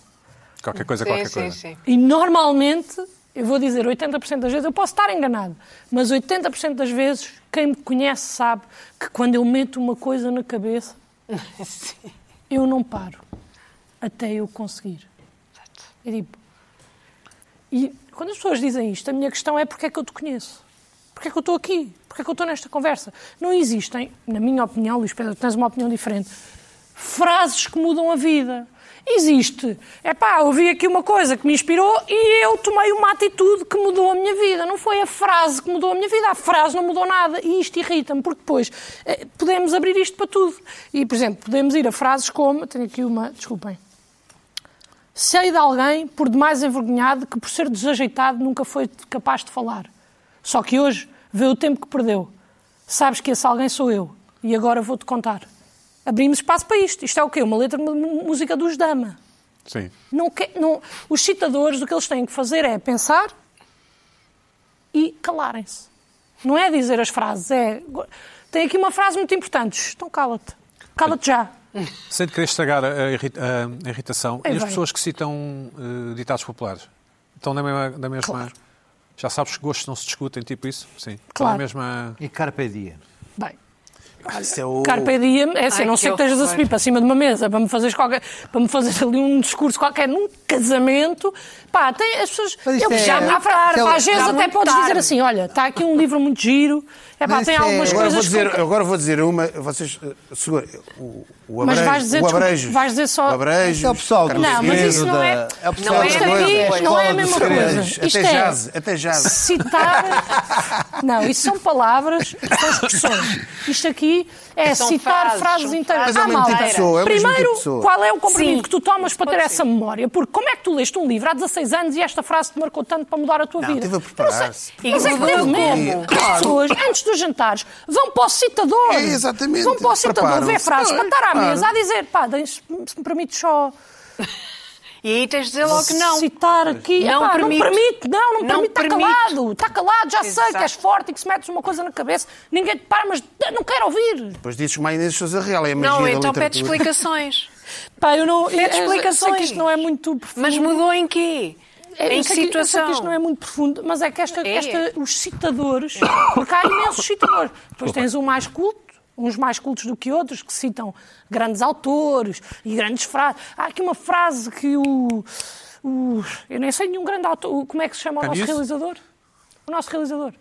Speaker 1: Qualquer coisa,
Speaker 2: sim,
Speaker 1: qualquer
Speaker 2: sim,
Speaker 1: coisa.
Speaker 2: sim.
Speaker 4: e normalmente, eu vou dizer 80% das vezes, eu posso estar enganado, mas 80% das vezes, quem me conhece sabe que quando eu meto uma coisa na cabeça, eu não paro. até eu conseguir. É tipo. E quando as pessoas dizem isto, a minha questão é porque é que eu te conheço? Porque é que eu estou aqui? Porque é que eu estou nesta conversa? Não existem, na minha opinião, Luís Pedro, tens uma opinião diferente, frases que mudam a vida. Existe. É pá, ouvi aqui uma coisa que me inspirou e eu tomei uma atitude que mudou a minha vida. Não foi a frase que mudou a minha vida. A frase não mudou nada. E isto irrita-me, porque depois eh, podemos abrir isto para tudo. E, por exemplo, podemos ir a frases como. Tenho aqui uma. Desculpem. Sei de alguém, por demais envergonhado, que por ser desajeitado nunca foi capaz de falar. Só que hoje vê o tempo que perdeu. Sabes que esse alguém sou eu. E agora vou-te contar. Abrimos espaço para isto. Isto é o quê? Uma letra de mu- música dos Dama.
Speaker 1: Sim.
Speaker 4: Não que- não- os citadores, o que eles têm que fazer é pensar e calarem-se. Não é dizer as frases, é... Tem aqui uma frase muito importante. "Shh, Então cala-te. Cala-te já.
Speaker 1: Sem querer estragar a, a irri- a- a irritação,
Speaker 4: Aí
Speaker 1: e as
Speaker 4: vai.
Speaker 1: pessoas que citam eh, ditados populares? Estão na mesma. Da mesma
Speaker 4: Claro.
Speaker 1: Já sabes que gostos não se discutem, tipo isso? Sim. Estão na
Speaker 4: Claro.
Speaker 1: mesma.
Speaker 6: E Carpe Diem.
Speaker 4: Bem,
Speaker 5: Isso é o...
Speaker 4: Carpe diem, é assim,
Speaker 2: Ai,
Speaker 4: não
Speaker 2: que
Speaker 4: sei que estejas a
Speaker 2: horror.
Speaker 4: subir para cima de uma mesa para me fazeres qualquer, para me fazeres ali um discurso qualquer num casamento. Pá, tem as pessoas.
Speaker 3: Mas isto
Speaker 4: eu,
Speaker 3: é-
Speaker 4: já, há fra-
Speaker 3: isto é-
Speaker 4: pá, às vezes
Speaker 2: já
Speaker 4: até
Speaker 2: muito
Speaker 4: podes dizer
Speaker 2: tarde.
Speaker 4: assim: olha, está aqui um livro muito giro, é pá,
Speaker 3: Mas
Speaker 4: tem
Speaker 3: isto é-
Speaker 4: algumas
Speaker 5: Agora vou,
Speaker 4: coisas.
Speaker 5: dizer,
Speaker 4: com-
Speaker 5: agora vou dizer uma, vocês, eh, segura, o, o
Speaker 4: Mas
Speaker 5: abrejo,
Speaker 4: vais dizer,
Speaker 5: o
Speaker 4: desculpa,
Speaker 5: abrejo,
Speaker 4: vais dizer só-
Speaker 5: o abrejo,
Speaker 6: É o pessoal do
Speaker 5: Carlos
Speaker 4: Não, mas
Speaker 5: Figueiredo.
Speaker 4: isso não é-
Speaker 6: É o pessoal
Speaker 2: não
Speaker 6: da
Speaker 2: é-
Speaker 4: Isto
Speaker 6: escola
Speaker 4: aqui não é a
Speaker 6: dos
Speaker 4: mesma
Speaker 6: segredos.
Speaker 4: coisa. Isto
Speaker 5: até
Speaker 4: é
Speaker 5: jazz, até jazz. [LAUGHS]
Speaker 4: citar. Não, isso são palavras, são expressões. Isto aqui é
Speaker 2: São
Speaker 4: citar
Speaker 2: frases,
Speaker 4: frases,
Speaker 2: são
Speaker 4: inteiras.
Speaker 2: frases. Mas é o
Speaker 4: Ah,
Speaker 2: mesmo
Speaker 4: malta.
Speaker 2: tipo de
Speaker 5: pessoa, é o mesmo
Speaker 4: Primeiro,
Speaker 5: tipo de pessoa.
Speaker 4: qual é o comprimido
Speaker 2: Sim,
Speaker 4: que tu tomas para
Speaker 2: pode
Speaker 4: ter
Speaker 2: ser.
Speaker 4: essa memória? Porque como é que tu leste um livro há 16 anos e esta frase te marcou tanto para mudar a tua
Speaker 5: Não,
Speaker 4: vida?
Speaker 5: teve a preparar-se.
Speaker 2: E
Speaker 4: Mas é que
Speaker 5: um
Speaker 2: mudou
Speaker 4: teve mesmo.
Speaker 5: como?
Speaker 4: As pessoas, antes dos jantares, vão para o citador.
Speaker 5: É, exatamente.
Speaker 4: Vão para o citador
Speaker 5: Preparam-se.
Speaker 4: ver frases para estar à
Speaker 5: Claro.
Speaker 4: mesa a dizer, pá, deem- se me permites só
Speaker 2: E aí tens de dizer logo que não.
Speaker 4: citar aqui.
Speaker 2: Não
Speaker 4: Epá,
Speaker 2: permite.
Speaker 4: não permite, não, não,
Speaker 2: Não
Speaker 4: permite. Está
Speaker 2: permite.
Speaker 4: calado, está calado, já sei
Speaker 2: Exato.
Speaker 4: que és forte e que se metes uma coisa na cabeça, ninguém te para, mas não quero ouvir.
Speaker 5: Depois dizes uma Inês Sousa Real, é a magia
Speaker 2: Não,
Speaker 5: da
Speaker 2: então pede
Speaker 4: [LAUGHS]
Speaker 5: literatura.
Speaker 2: explicações.
Speaker 4: Pá, eu não. eu- eu Sei
Speaker 2: explicações.
Speaker 4: que isto não é muito profundo.
Speaker 2: Mas mudou em quê?
Speaker 4: É,
Speaker 2: em
Speaker 4: eu
Speaker 2: que
Speaker 4: sei eu sei
Speaker 2: situação?
Speaker 4: que isto não é muito profundo, mas é que esta,
Speaker 2: É.
Speaker 4: esta- os citadores, porque há imensos citadores. Depois tens um mais culto, uns mais cultos do que outros, que citam grandes autores e grandes frases. Há aqui uma frase que o. o- eu nem sei nenhum grande autor. o- Como é que se chama o nosso
Speaker 1: Camus?
Speaker 4: realizador? O nosso realizador.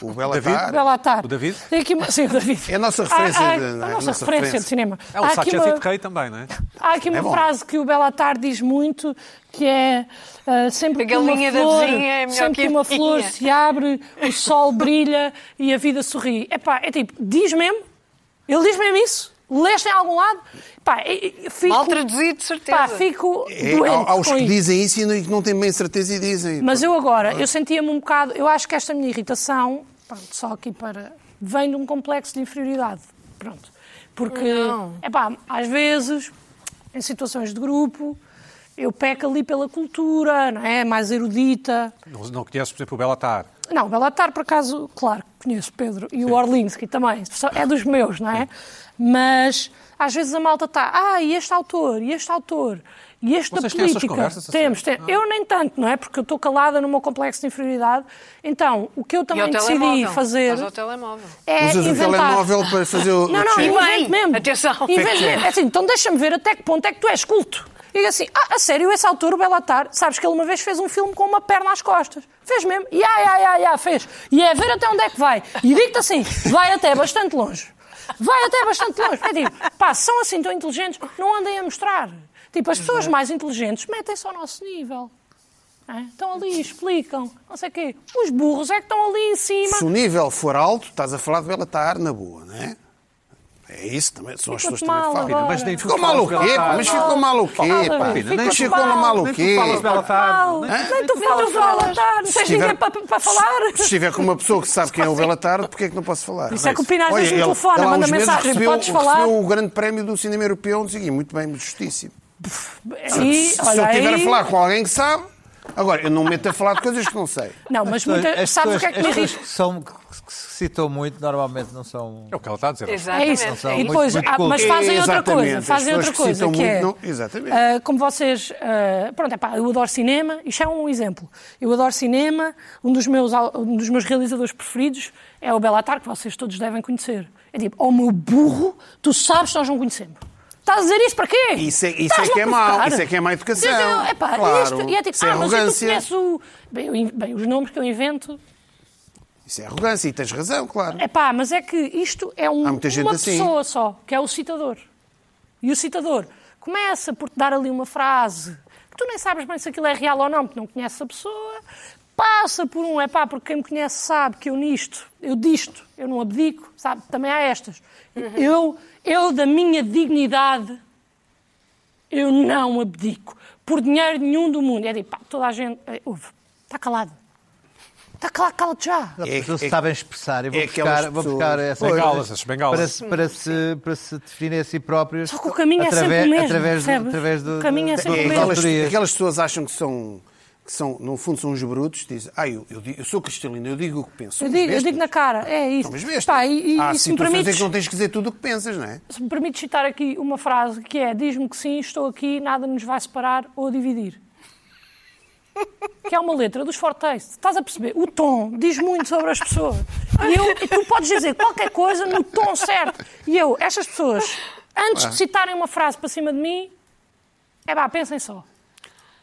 Speaker 5: O Bela
Speaker 1: David?
Speaker 5: David?
Speaker 4: Belatar.
Speaker 1: O David?
Speaker 4: Tem aqui uma- sim, o David.
Speaker 5: É a nossa referência
Speaker 4: Há- há-
Speaker 5: de-
Speaker 4: a
Speaker 5: não é?
Speaker 4: nossa,
Speaker 5: Nossa
Speaker 4: referência,
Speaker 5: referência.
Speaker 4: de cinema.
Speaker 1: É um
Speaker 4: Há
Speaker 1: saco
Speaker 4: aqui
Speaker 1: de
Speaker 4: uma-
Speaker 1: rei também, não é?
Speaker 4: Há aqui uma
Speaker 5: É bom.
Speaker 4: frase que o Belatar diz muito, que é ah, sempre
Speaker 2: A
Speaker 4: que uma
Speaker 2: galinha da
Speaker 4: flor,
Speaker 2: vizinha é melhor
Speaker 4: sempre
Speaker 2: que
Speaker 4: que
Speaker 2: a
Speaker 4: uma
Speaker 2: minha.
Speaker 4: flor se abre, o sol brilha e a vida sorri. É pá, é tipo, diz mesmo? Ele diz mesmo isso? Leste em algum lado? Pá, e- e- fico,
Speaker 2: Mal traduzido, de certeza.
Speaker 4: pá, fico
Speaker 5: É,
Speaker 4: doente
Speaker 5: há- há os
Speaker 4: com
Speaker 5: que
Speaker 4: isto.
Speaker 5: dizem isso e não- e que não têm bem certeza e dizem.
Speaker 4: Mas eu agora, eu sentia-me um bocado. Eu acho que esta minha irritação, pronto, só aqui para. vem de um complexo de inferioridade. Pronto. Porque, é pá, às vezes, em situações de grupo, eu peco ali pela cultura, não é? Mais erudita.
Speaker 1: Não, não conheces, por exemplo, o Belatar.
Speaker 4: Não, Belatar, por acaso, claro, que conheço Pedro e o Orlinsky também, só- é dos meus, não é? Mas às vezes a malta está, ah, e este autor, e este autor, e este da
Speaker 1: Vocês têm essas
Speaker 4: política.
Speaker 1: conversas, a
Speaker 4: temos,
Speaker 1: sério?
Speaker 4: temos. Eu nem tanto, não é? Porque eu estou calada no meu complexo de inferioridade. Então, o que eu
Speaker 2: E ao
Speaker 4: também decidi
Speaker 2: telemóvel.
Speaker 4: fazer
Speaker 2: Mas ao telemóvel.
Speaker 4: é
Speaker 5: Usas
Speaker 4: inventar.
Speaker 5: o telemóvel para fazer o.
Speaker 4: Não,
Speaker 5: o
Speaker 4: não,
Speaker 5: check.
Speaker 2: e
Speaker 4: invento
Speaker 2: bem,
Speaker 4: mesmo.
Speaker 2: atenção.
Speaker 4: Invento mesmo. É assim, então deixa-me ver até que ponto é que tu és culto. E digo assim, ah, a sério, esse autor, o Belatar, sabes que ele uma vez fez um filme com uma perna às costas. Fez mesmo. E ai, ai, ai, ai, fez. E é ver até onde é que vai. E digo-te assim, vai até bastante longe. Vai até bastante longe. É tipo, pá, são assim tão inteligentes, não andem a mostrar. Tipo, as pessoas mais inteligentes metem-se ao nosso nível. não é? Estão ali, explicam, não sei o quê. Os burros é que estão ali em cima.
Speaker 5: Se o nível for alto, estás a falar de Bela Tar na boa, não é? É isso também. São as
Speaker 4: Ficou-te
Speaker 5: pessoas que também
Speaker 4: mal
Speaker 5: falam.
Speaker 4: agora.
Speaker 1: Mas nem tu
Speaker 5: Ficou mal o
Speaker 1: falas
Speaker 5: quê?
Speaker 1: Belatar.
Speaker 5: pá? Mas ficou mal o quê?
Speaker 4: Fala,
Speaker 5: pá?
Speaker 4: Pina,
Speaker 1: nem
Speaker 5: Mas ficou
Speaker 4: mal.
Speaker 5: mal o
Speaker 1: Nem tu
Speaker 5: quê?
Speaker 1: falas
Speaker 5: pá?
Speaker 1: Belatar.
Speaker 5: é?
Speaker 4: Paulo,
Speaker 1: nem-
Speaker 4: nem tu falas fala, tá? Não tens
Speaker 5: tiver-
Speaker 4: ninguém para para falar. [LAUGHS]
Speaker 5: Se estiver com uma pessoa que sabe quem é o Belatar, porquê é que não posso falar?
Speaker 4: Isso é que o Pinar
Speaker 5: Olha,
Speaker 4: diz-me
Speaker 5: ele-
Speaker 4: telefona,
Speaker 5: ele há
Speaker 4: manda
Speaker 5: uns meses
Speaker 4: mensagem,
Speaker 5: recebeu,
Speaker 4: podes falar.
Speaker 5: recebeu o grande prémio do cinema europeu, não sei o quê, muito bem, justíssimo.
Speaker 4: Aí,
Speaker 5: Se
Speaker 4: olha
Speaker 5: eu estiver a
Speaker 4: aí.
Speaker 5: falar com alguém que sabe, agora, eu não me meto a falar de coisas que não sei.
Speaker 4: Não, mas muita,
Speaker 6: As
Speaker 4: sabes o que é
Speaker 6: pessoas-
Speaker 4: que me
Speaker 6: as pessoas
Speaker 4: irrita?
Speaker 6: que são que- que se citam muito normalmente não são.
Speaker 1: É o que ela está a dizer.
Speaker 4: É
Speaker 2: Exatamente.
Speaker 4: isso.
Speaker 6: são
Speaker 4: E
Speaker 6: muito-
Speaker 4: depois,
Speaker 6: muito
Speaker 4: ah, mas
Speaker 6: cultos.
Speaker 4: fazem outra
Speaker 5: Exatamente,
Speaker 4: coisa,
Speaker 5: as
Speaker 4: fazem
Speaker 5: pessoas
Speaker 4: outra
Speaker 5: que citam
Speaker 4: coisa, que é...
Speaker 5: muito, não- exatamente.
Speaker 4: ah, como vocês... ah, pronto, é pá, eu adoro cinema, isto é um exemplo. Eu adoro cinema, um dos meus, au- um dos meus realizadores preferidos é o Belatar, que vocês todos devem conhecer. É tipo, ó meu burro, tu sabes que nós não conhecemos. Estás a dizer isto para quê?
Speaker 5: Isso é- isso é
Speaker 4: Estás-me
Speaker 5: que é
Speaker 4: a provocar.
Speaker 5: mau, isso é que é má educação.
Speaker 4: Sim, sim, epá,
Speaker 5: Claro.
Speaker 4: isto- e é tipo,
Speaker 5: Isso é
Speaker 4: ah, mas eu
Speaker 5: arrogância.
Speaker 4: conheço o- bem, eu in- bem, os nomes que eu invento.
Speaker 5: Isso é arrogância e tens razão, claro.
Speaker 4: Epá, mas é que isto é um-
Speaker 5: Há
Speaker 4: uma
Speaker 5: muita gente assim.
Speaker 4: pessoa só, que é o citador. E o citador começa por te dar ali uma frase que tu nem sabes bem se aquilo é real ou não, porque não conheces a pessoa. Passa por um, epá, porque quem me conhece sabe que eu nisto, eu disto, eu não abdico, sabe? Também há estas. Eu, eu da minha dignidade, eu não abdico. Por dinheiro nenhum do mundo. É tipo, pá, toda a gente. eh, Ouve, está calado. Está calado, cala-te já.
Speaker 3: As
Speaker 5: É-
Speaker 3: pessoas
Speaker 5: é-
Speaker 3: sabem expressar. Eu vou,
Speaker 5: é aquelas
Speaker 3: buscar, vou
Speaker 5: pessoas-
Speaker 3: buscar essa
Speaker 1: Bengalas,
Speaker 3: coisa
Speaker 1: as bengalas.
Speaker 3: Para, se- para, se, para se definir a si próprias.
Speaker 4: Só que o caminho é sempre o mesmo,
Speaker 3: Através, do-
Speaker 4: percebes?
Speaker 3: através do, então,
Speaker 4: O caminho é
Speaker 3: da-
Speaker 4: sempre o
Speaker 5: É,
Speaker 3: das
Speaker 4: mesmo.
Speaker 5: aquelas,
Speaker 3: autorias.
Speaker 5: aquelas pessoas acham que são, que são, no fundo, são uns brutos, dizem, ah, eu, eu, digo- eu sou cristalino, eu digo o que penso.
Speaker 4: Eu
Speaker 5: Somos
Speaker 4: digo, eu
Speaker 5: bestas.
Speaker 4: digo na cara, é
Speaker 3: Então,
Speaker 4: isso.
Speaker 5: Somos bestas.
Speaker 4: Pá, e, e-
Speaker 5: Há
Speaker 4: e se, me
Speaker 5: situações em
Speaker 4: permites,
Speaker 5: que não tens que dizer tudo o que pensas, não é?
Speaker 4: se me permites citar aqui uma frase que é diz-me que sim, estou aqui, nada nos vai separar ou dividir. Que é uma letra dos Fortaste. Estás a perceber? O tom diz muito sobre as pessoas. E eu, e tu podes dizer qualquer coisa no tom certo. E eu, estas pessoas, antes
Speaker 3: Ah.
Speaker 4: de citarem uma frase para cima de mim, é pá, pensem só.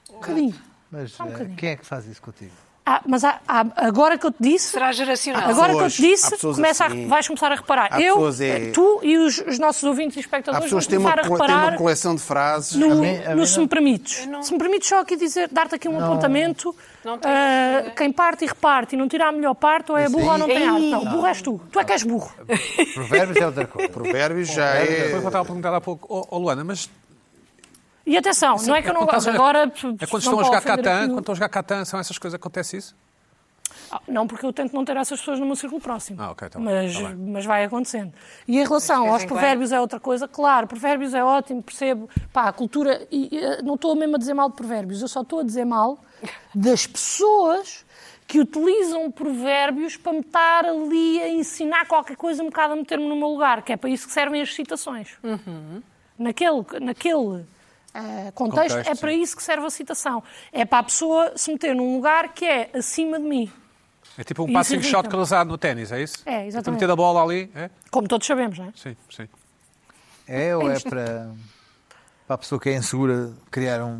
Speaker 4: Um bocadinho.
Speaker 3: Mas eh,
Speaker 4: um bocadinho.
Speaker 3: quem é que faz isso contigo?
Speaker 4: Ah, mas há- há- agora que eu te disse,
Speaker 2: Será geracional.
Speaker 4: Agora que eu te
Speaker 5: pessoas- há
Speaker 4: disse,
Speaker 5: pessoas
Speaker 4: começa a-
Speaker 5: assim.
Speaker 4: vais começar a reparar.
Speaker 5: Há
Speaker 4: Eu,
Speaker 5: pessoas é-
Speaker 4: tu e os, os nossos ouvintes e
Speaker 5: Há
Speaker 4: espectadores vão
Speaker 5: pessoas que têm uma,
Speaker 4: começar a
Speaker 5: cole- têm uma
Speaker 4: reparar
Speaker 5: coleção de frases.
Speaker 4: no,
Speaker 3: mim- a
Speaker 4: no
Speaker 3: mim
Speaker 4: se
Speaker 3: não-
Speaker 4: me permites. Se me permites só aqui dizer, dar-te aqui um apontamento.
Speaker 2: Não tenho
Speaker 4: ah,
Speaker 2: ideia.
Speaker 4: quem parte e reparte e não tira a melhor parte ou é burro ou não tem
Speaker 2: Ei.
Speaker 4: arte. Não, burro és tu. Tu é que és burro.
Speaker 3: Provérbios é outra coisa.
Speaker 5: Provérbios já é...
Speaker 1: Foi o que eu estava a perguntar há pouco. Ó ó, Luana, mas
Speaker 4: E atenção, não é que eu não
Speaker 1: quando
Speaker 4: gosto
Speaker 1: estás a-
Speaker 4: agora...
Speaker 1: é quando estão
Speaker 4: não
Speaker 1: a jogar
Speaker 4: para ofender
Speaker 1: Catan,
Speaker 4: aqui o-
Speaker 1: quando estão a jogar Catan, são essas coisas que acontece isso?
Speaker 4: Ah, Não, porque eu tento não ter essas pessoas no meu círculo próximo.
Speaker 1: Ah, ok, tá bem,
Speaker 4: mas,
Speaker 1: tá bem.
Speaker 4: mas vai acontecendo. E em relação
Speaker 2: vez
Speaker 4: aos
Speaker 2: em
Speaker 4: provérbios é outra coisa, claro, provérbios é ótimo, percebo. Pá, a cultura. E, e, não estou mesmo a dizer mal de provérbios, eu só estou a dizer mal das pessoas que utilizam provérbios para me estar ali a ensinar qualquer coisa, um bocado a meter-me no meu lugar, que é para isso que servem as citações. Naquele, naquele eh, contexto,
Speaker 1: Contexto,
Speaker 4: é para
Speaker 1: sim.
Speaker 4: isso que serve a citação. É para a pessoa se meter num lugar que é acima de mim.
Speaker 1: É tipo um
Speaker 4: Isso
Speaker 1: passing
Speaker 4: irrita.
Speaker 1: shot cruzado no ténis, é isso?
Speaker 4: É, exatamente.
Speaker 1: Tipo, meter a bola ali, é?
Speaker 4: Como todos sabemos, não é?
Speaker 1: Sim, sim.
Speaker 3: É ou é para, para a pessoa que é insegura criar um,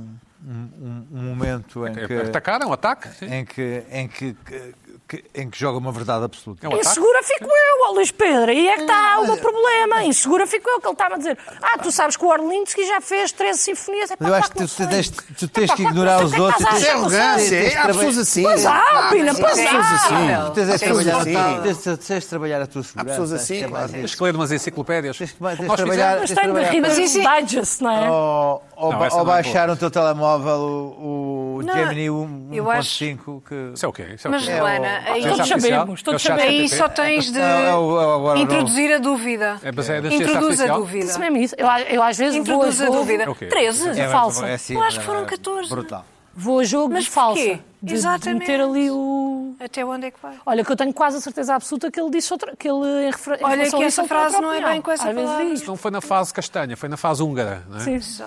Speaker 3: um, um- um momento em
Speaker 1: É
Speaker 3: que,
Speaker 1: para atacar, é um ataque? Sim.
Speaker 3: em, que, em, que, que- que- em que joga uma verdade absoluta?
Speaker 1: É um ataque?
Speaker 4: Insegura fico eu, ó Luís Pedro. E é que está o meu problema. Insegura fico eu, que ele estava a dizer. Ah, tu sabes que o Orlinski já fez 13 sinfonias. É pá,
Speaker 3: Mas eu acho que
Speaker 4: claro
Speaker 3: tu,
Speaker 4: não
Speaker 3: tu
Speaker 4: sei.
Speaker 3: tens, tu tens
Speaker 4: pá,
Speaker 3: que
Speaker 4: claro que
Speaker 3: ignorar
Speaker 4: não
Speaker 3: os
Speaker 4: sei,
Speaker 3: outros.
Speaker 4: tá
Speaker 3: tens-
Speaker 5: Isso é arrogância,
Speaker 3: tens-
Speaker 5: é, há
Speaker 3: tens-
Speaker 5: pessoas assim.
Speaker 4: Pois há, Pina,
Speaker 2: mas
Speaker 4: pois
Speaker 2: isso é
Speaker 4: há.
Speaker 2: horrível.
Speaker 3: Tu tens é
Speaker 5: Tens
Speaker 3: trabalhar,
Speaker 5: assim.
Speaker 3: tu tens, tens, tens de trabalhar a tua segurança.
Speaker 5: pessoas assim,
Speaker 3: acho que é
Speaker 5: claro.
Speaker 3: mais
Speaker 1: Tens
Speaker 3: isso.
Speaker 1: que ler umas enciclopédias.
Speaker 3: Tens que- tens
Speaker 1: Como
Speaker 3: de
Speaker 1: nós
Speaker 3: trabalhar-
Speaker 4: Mas
Speaker 3: tens de
Speaker 4: tem de
Speaker 3: trabalhar-
Speaker 4: rir
Speaker 2: Mas
Speaker 4: das
Speaker 2: isso é-
Speaker 4: Digest, não é?
Speaker 3: Ou, ou,
Speaker 1: Não,
Speaker 3: ba-
Speaker 1: essa
Speaker 3: ou
Speaker 1: não é
Speaker 3: baixar
Speaker 1: boa.
Speaker 3: no teu telemóvel o, o
Speaker 2: Não,
Speaker 3: Gemini
Speaker 2: eu
Speaker 3: 1.5 que...
Speaker 1: Isso é o quê? Isso é o
Speaker 2: Mas,
Speaker 1: quê?
Speaker 2: Luana, aí,
Speaker 1: É o chat
Speaker 4: Todos sabemos,
Speaker 1: artificial?
Speaker 4: todos
Speaker 1: É o chat
Speaker 4: sabemos.
Speaker 2: aí
Speaker 1: GPT?
Speaker 2: só tens de
Speaker 3: Não, é o- é o agora não.
Speaker 2: introduzir a dúvida.
Speaker 1: É baseado na ciência
Speaker 2: Introduz a
Speaker 1: artificial?
Speaker 2: dúvida.
Speaker 4: Isso mesmo, isso. Eu, eu às vezes vou a
Speaker 2: Introduz a
Speaker 4: jogo,
Speaker 2: dúvida.
Speaker 1: É o quê?
Speaker 2: 13?
Speaker 4: É, falsa.
Speaker 3: assim,
Speaker 2: Eu acho que
Speaker 3: é-
Speaker 2: foram
Speaker 3: é
Speaker 2: 14.
Speaker 3: Brutal.
Speaker 4: vou a jogo
Speaker 2: Mas
Speaker 4: de falsa.
Speaker 2: porquê?
Speaker 4: De, de
Speaker 2: Exatamente.
Speaker 4: meter ali o...
Speaker 2: Até onde é que vai?
Speaker 4: Olha, que eu tenho quase a certeza absoluta que ele disse outra... Que ele, em refer... em
Speaker 2: Olha
Speaker 4: relação
Speaker 2: que
Speaker 4: a
Speaker 2: essa
Speaker 4: isso, ele tem outra
Speaker 2: frase não é
Speaker 4: opinião.
Speaker 2: bem com essa
Speaker 4: Às vezes
Speaker 2: palavra.
Speaker 4: diz.
Speaker 1: Não foi na fase castanha, foi na fase húngara, não é?
Speaker 4: Sim.
Speaker 1: sim.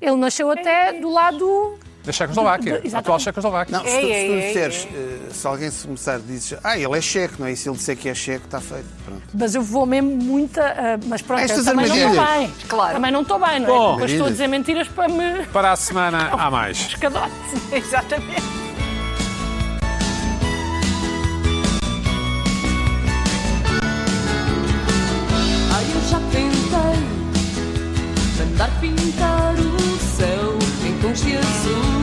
Speaker 4: Ele nasceu
Speaker 2: É
Speaker 4: até do lado.
Speaker 1: Da Checoslováquia,
Speaker 4: Exatamente.
Speaker 1: a atual Checoslováquia.
Speaker 5: Não, se tu,
Speaker 2: Ei,
Speaker 5: se tu
Speaker 2: ei, ei,
Speaker 5: disseres, eh, se alguém se começar a dizer, ah, ele é checo, não é? E se ele disser que é checo, está feito. Pronto.
Speaker 4: Mas eu vou mesmo muita. ah, mas pronto,
Speaker 5: Estas
Speaker 4: eu também não estou
Speaker 5: armadilhas.
Speaker 4: bem.
Speaker 2: Claro.
Speaker 4: Também não estou bem, não é?
Speaker 1: Bom.
Speaker 4: Depois estou a dizer mentiras para me.
Speaker 1: Para a semana, há mais.
Speaker 4: Escadote.
Speaker 2: Exatamente.
Speaker 7: Ai, eu já tentei mandar pintar o céu em tons de azul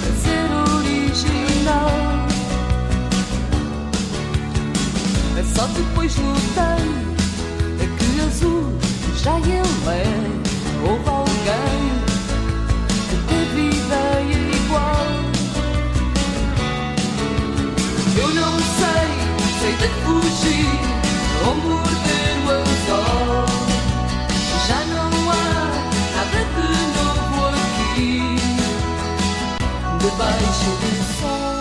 Speaker 7: para ser original. Mas só depois notei é que azul já ele é. Houve alguém que teve ideia igual. Eu não sei, sei de fugir ou morder o anzol. Já não há nada de novo aqui, debaixo do sol.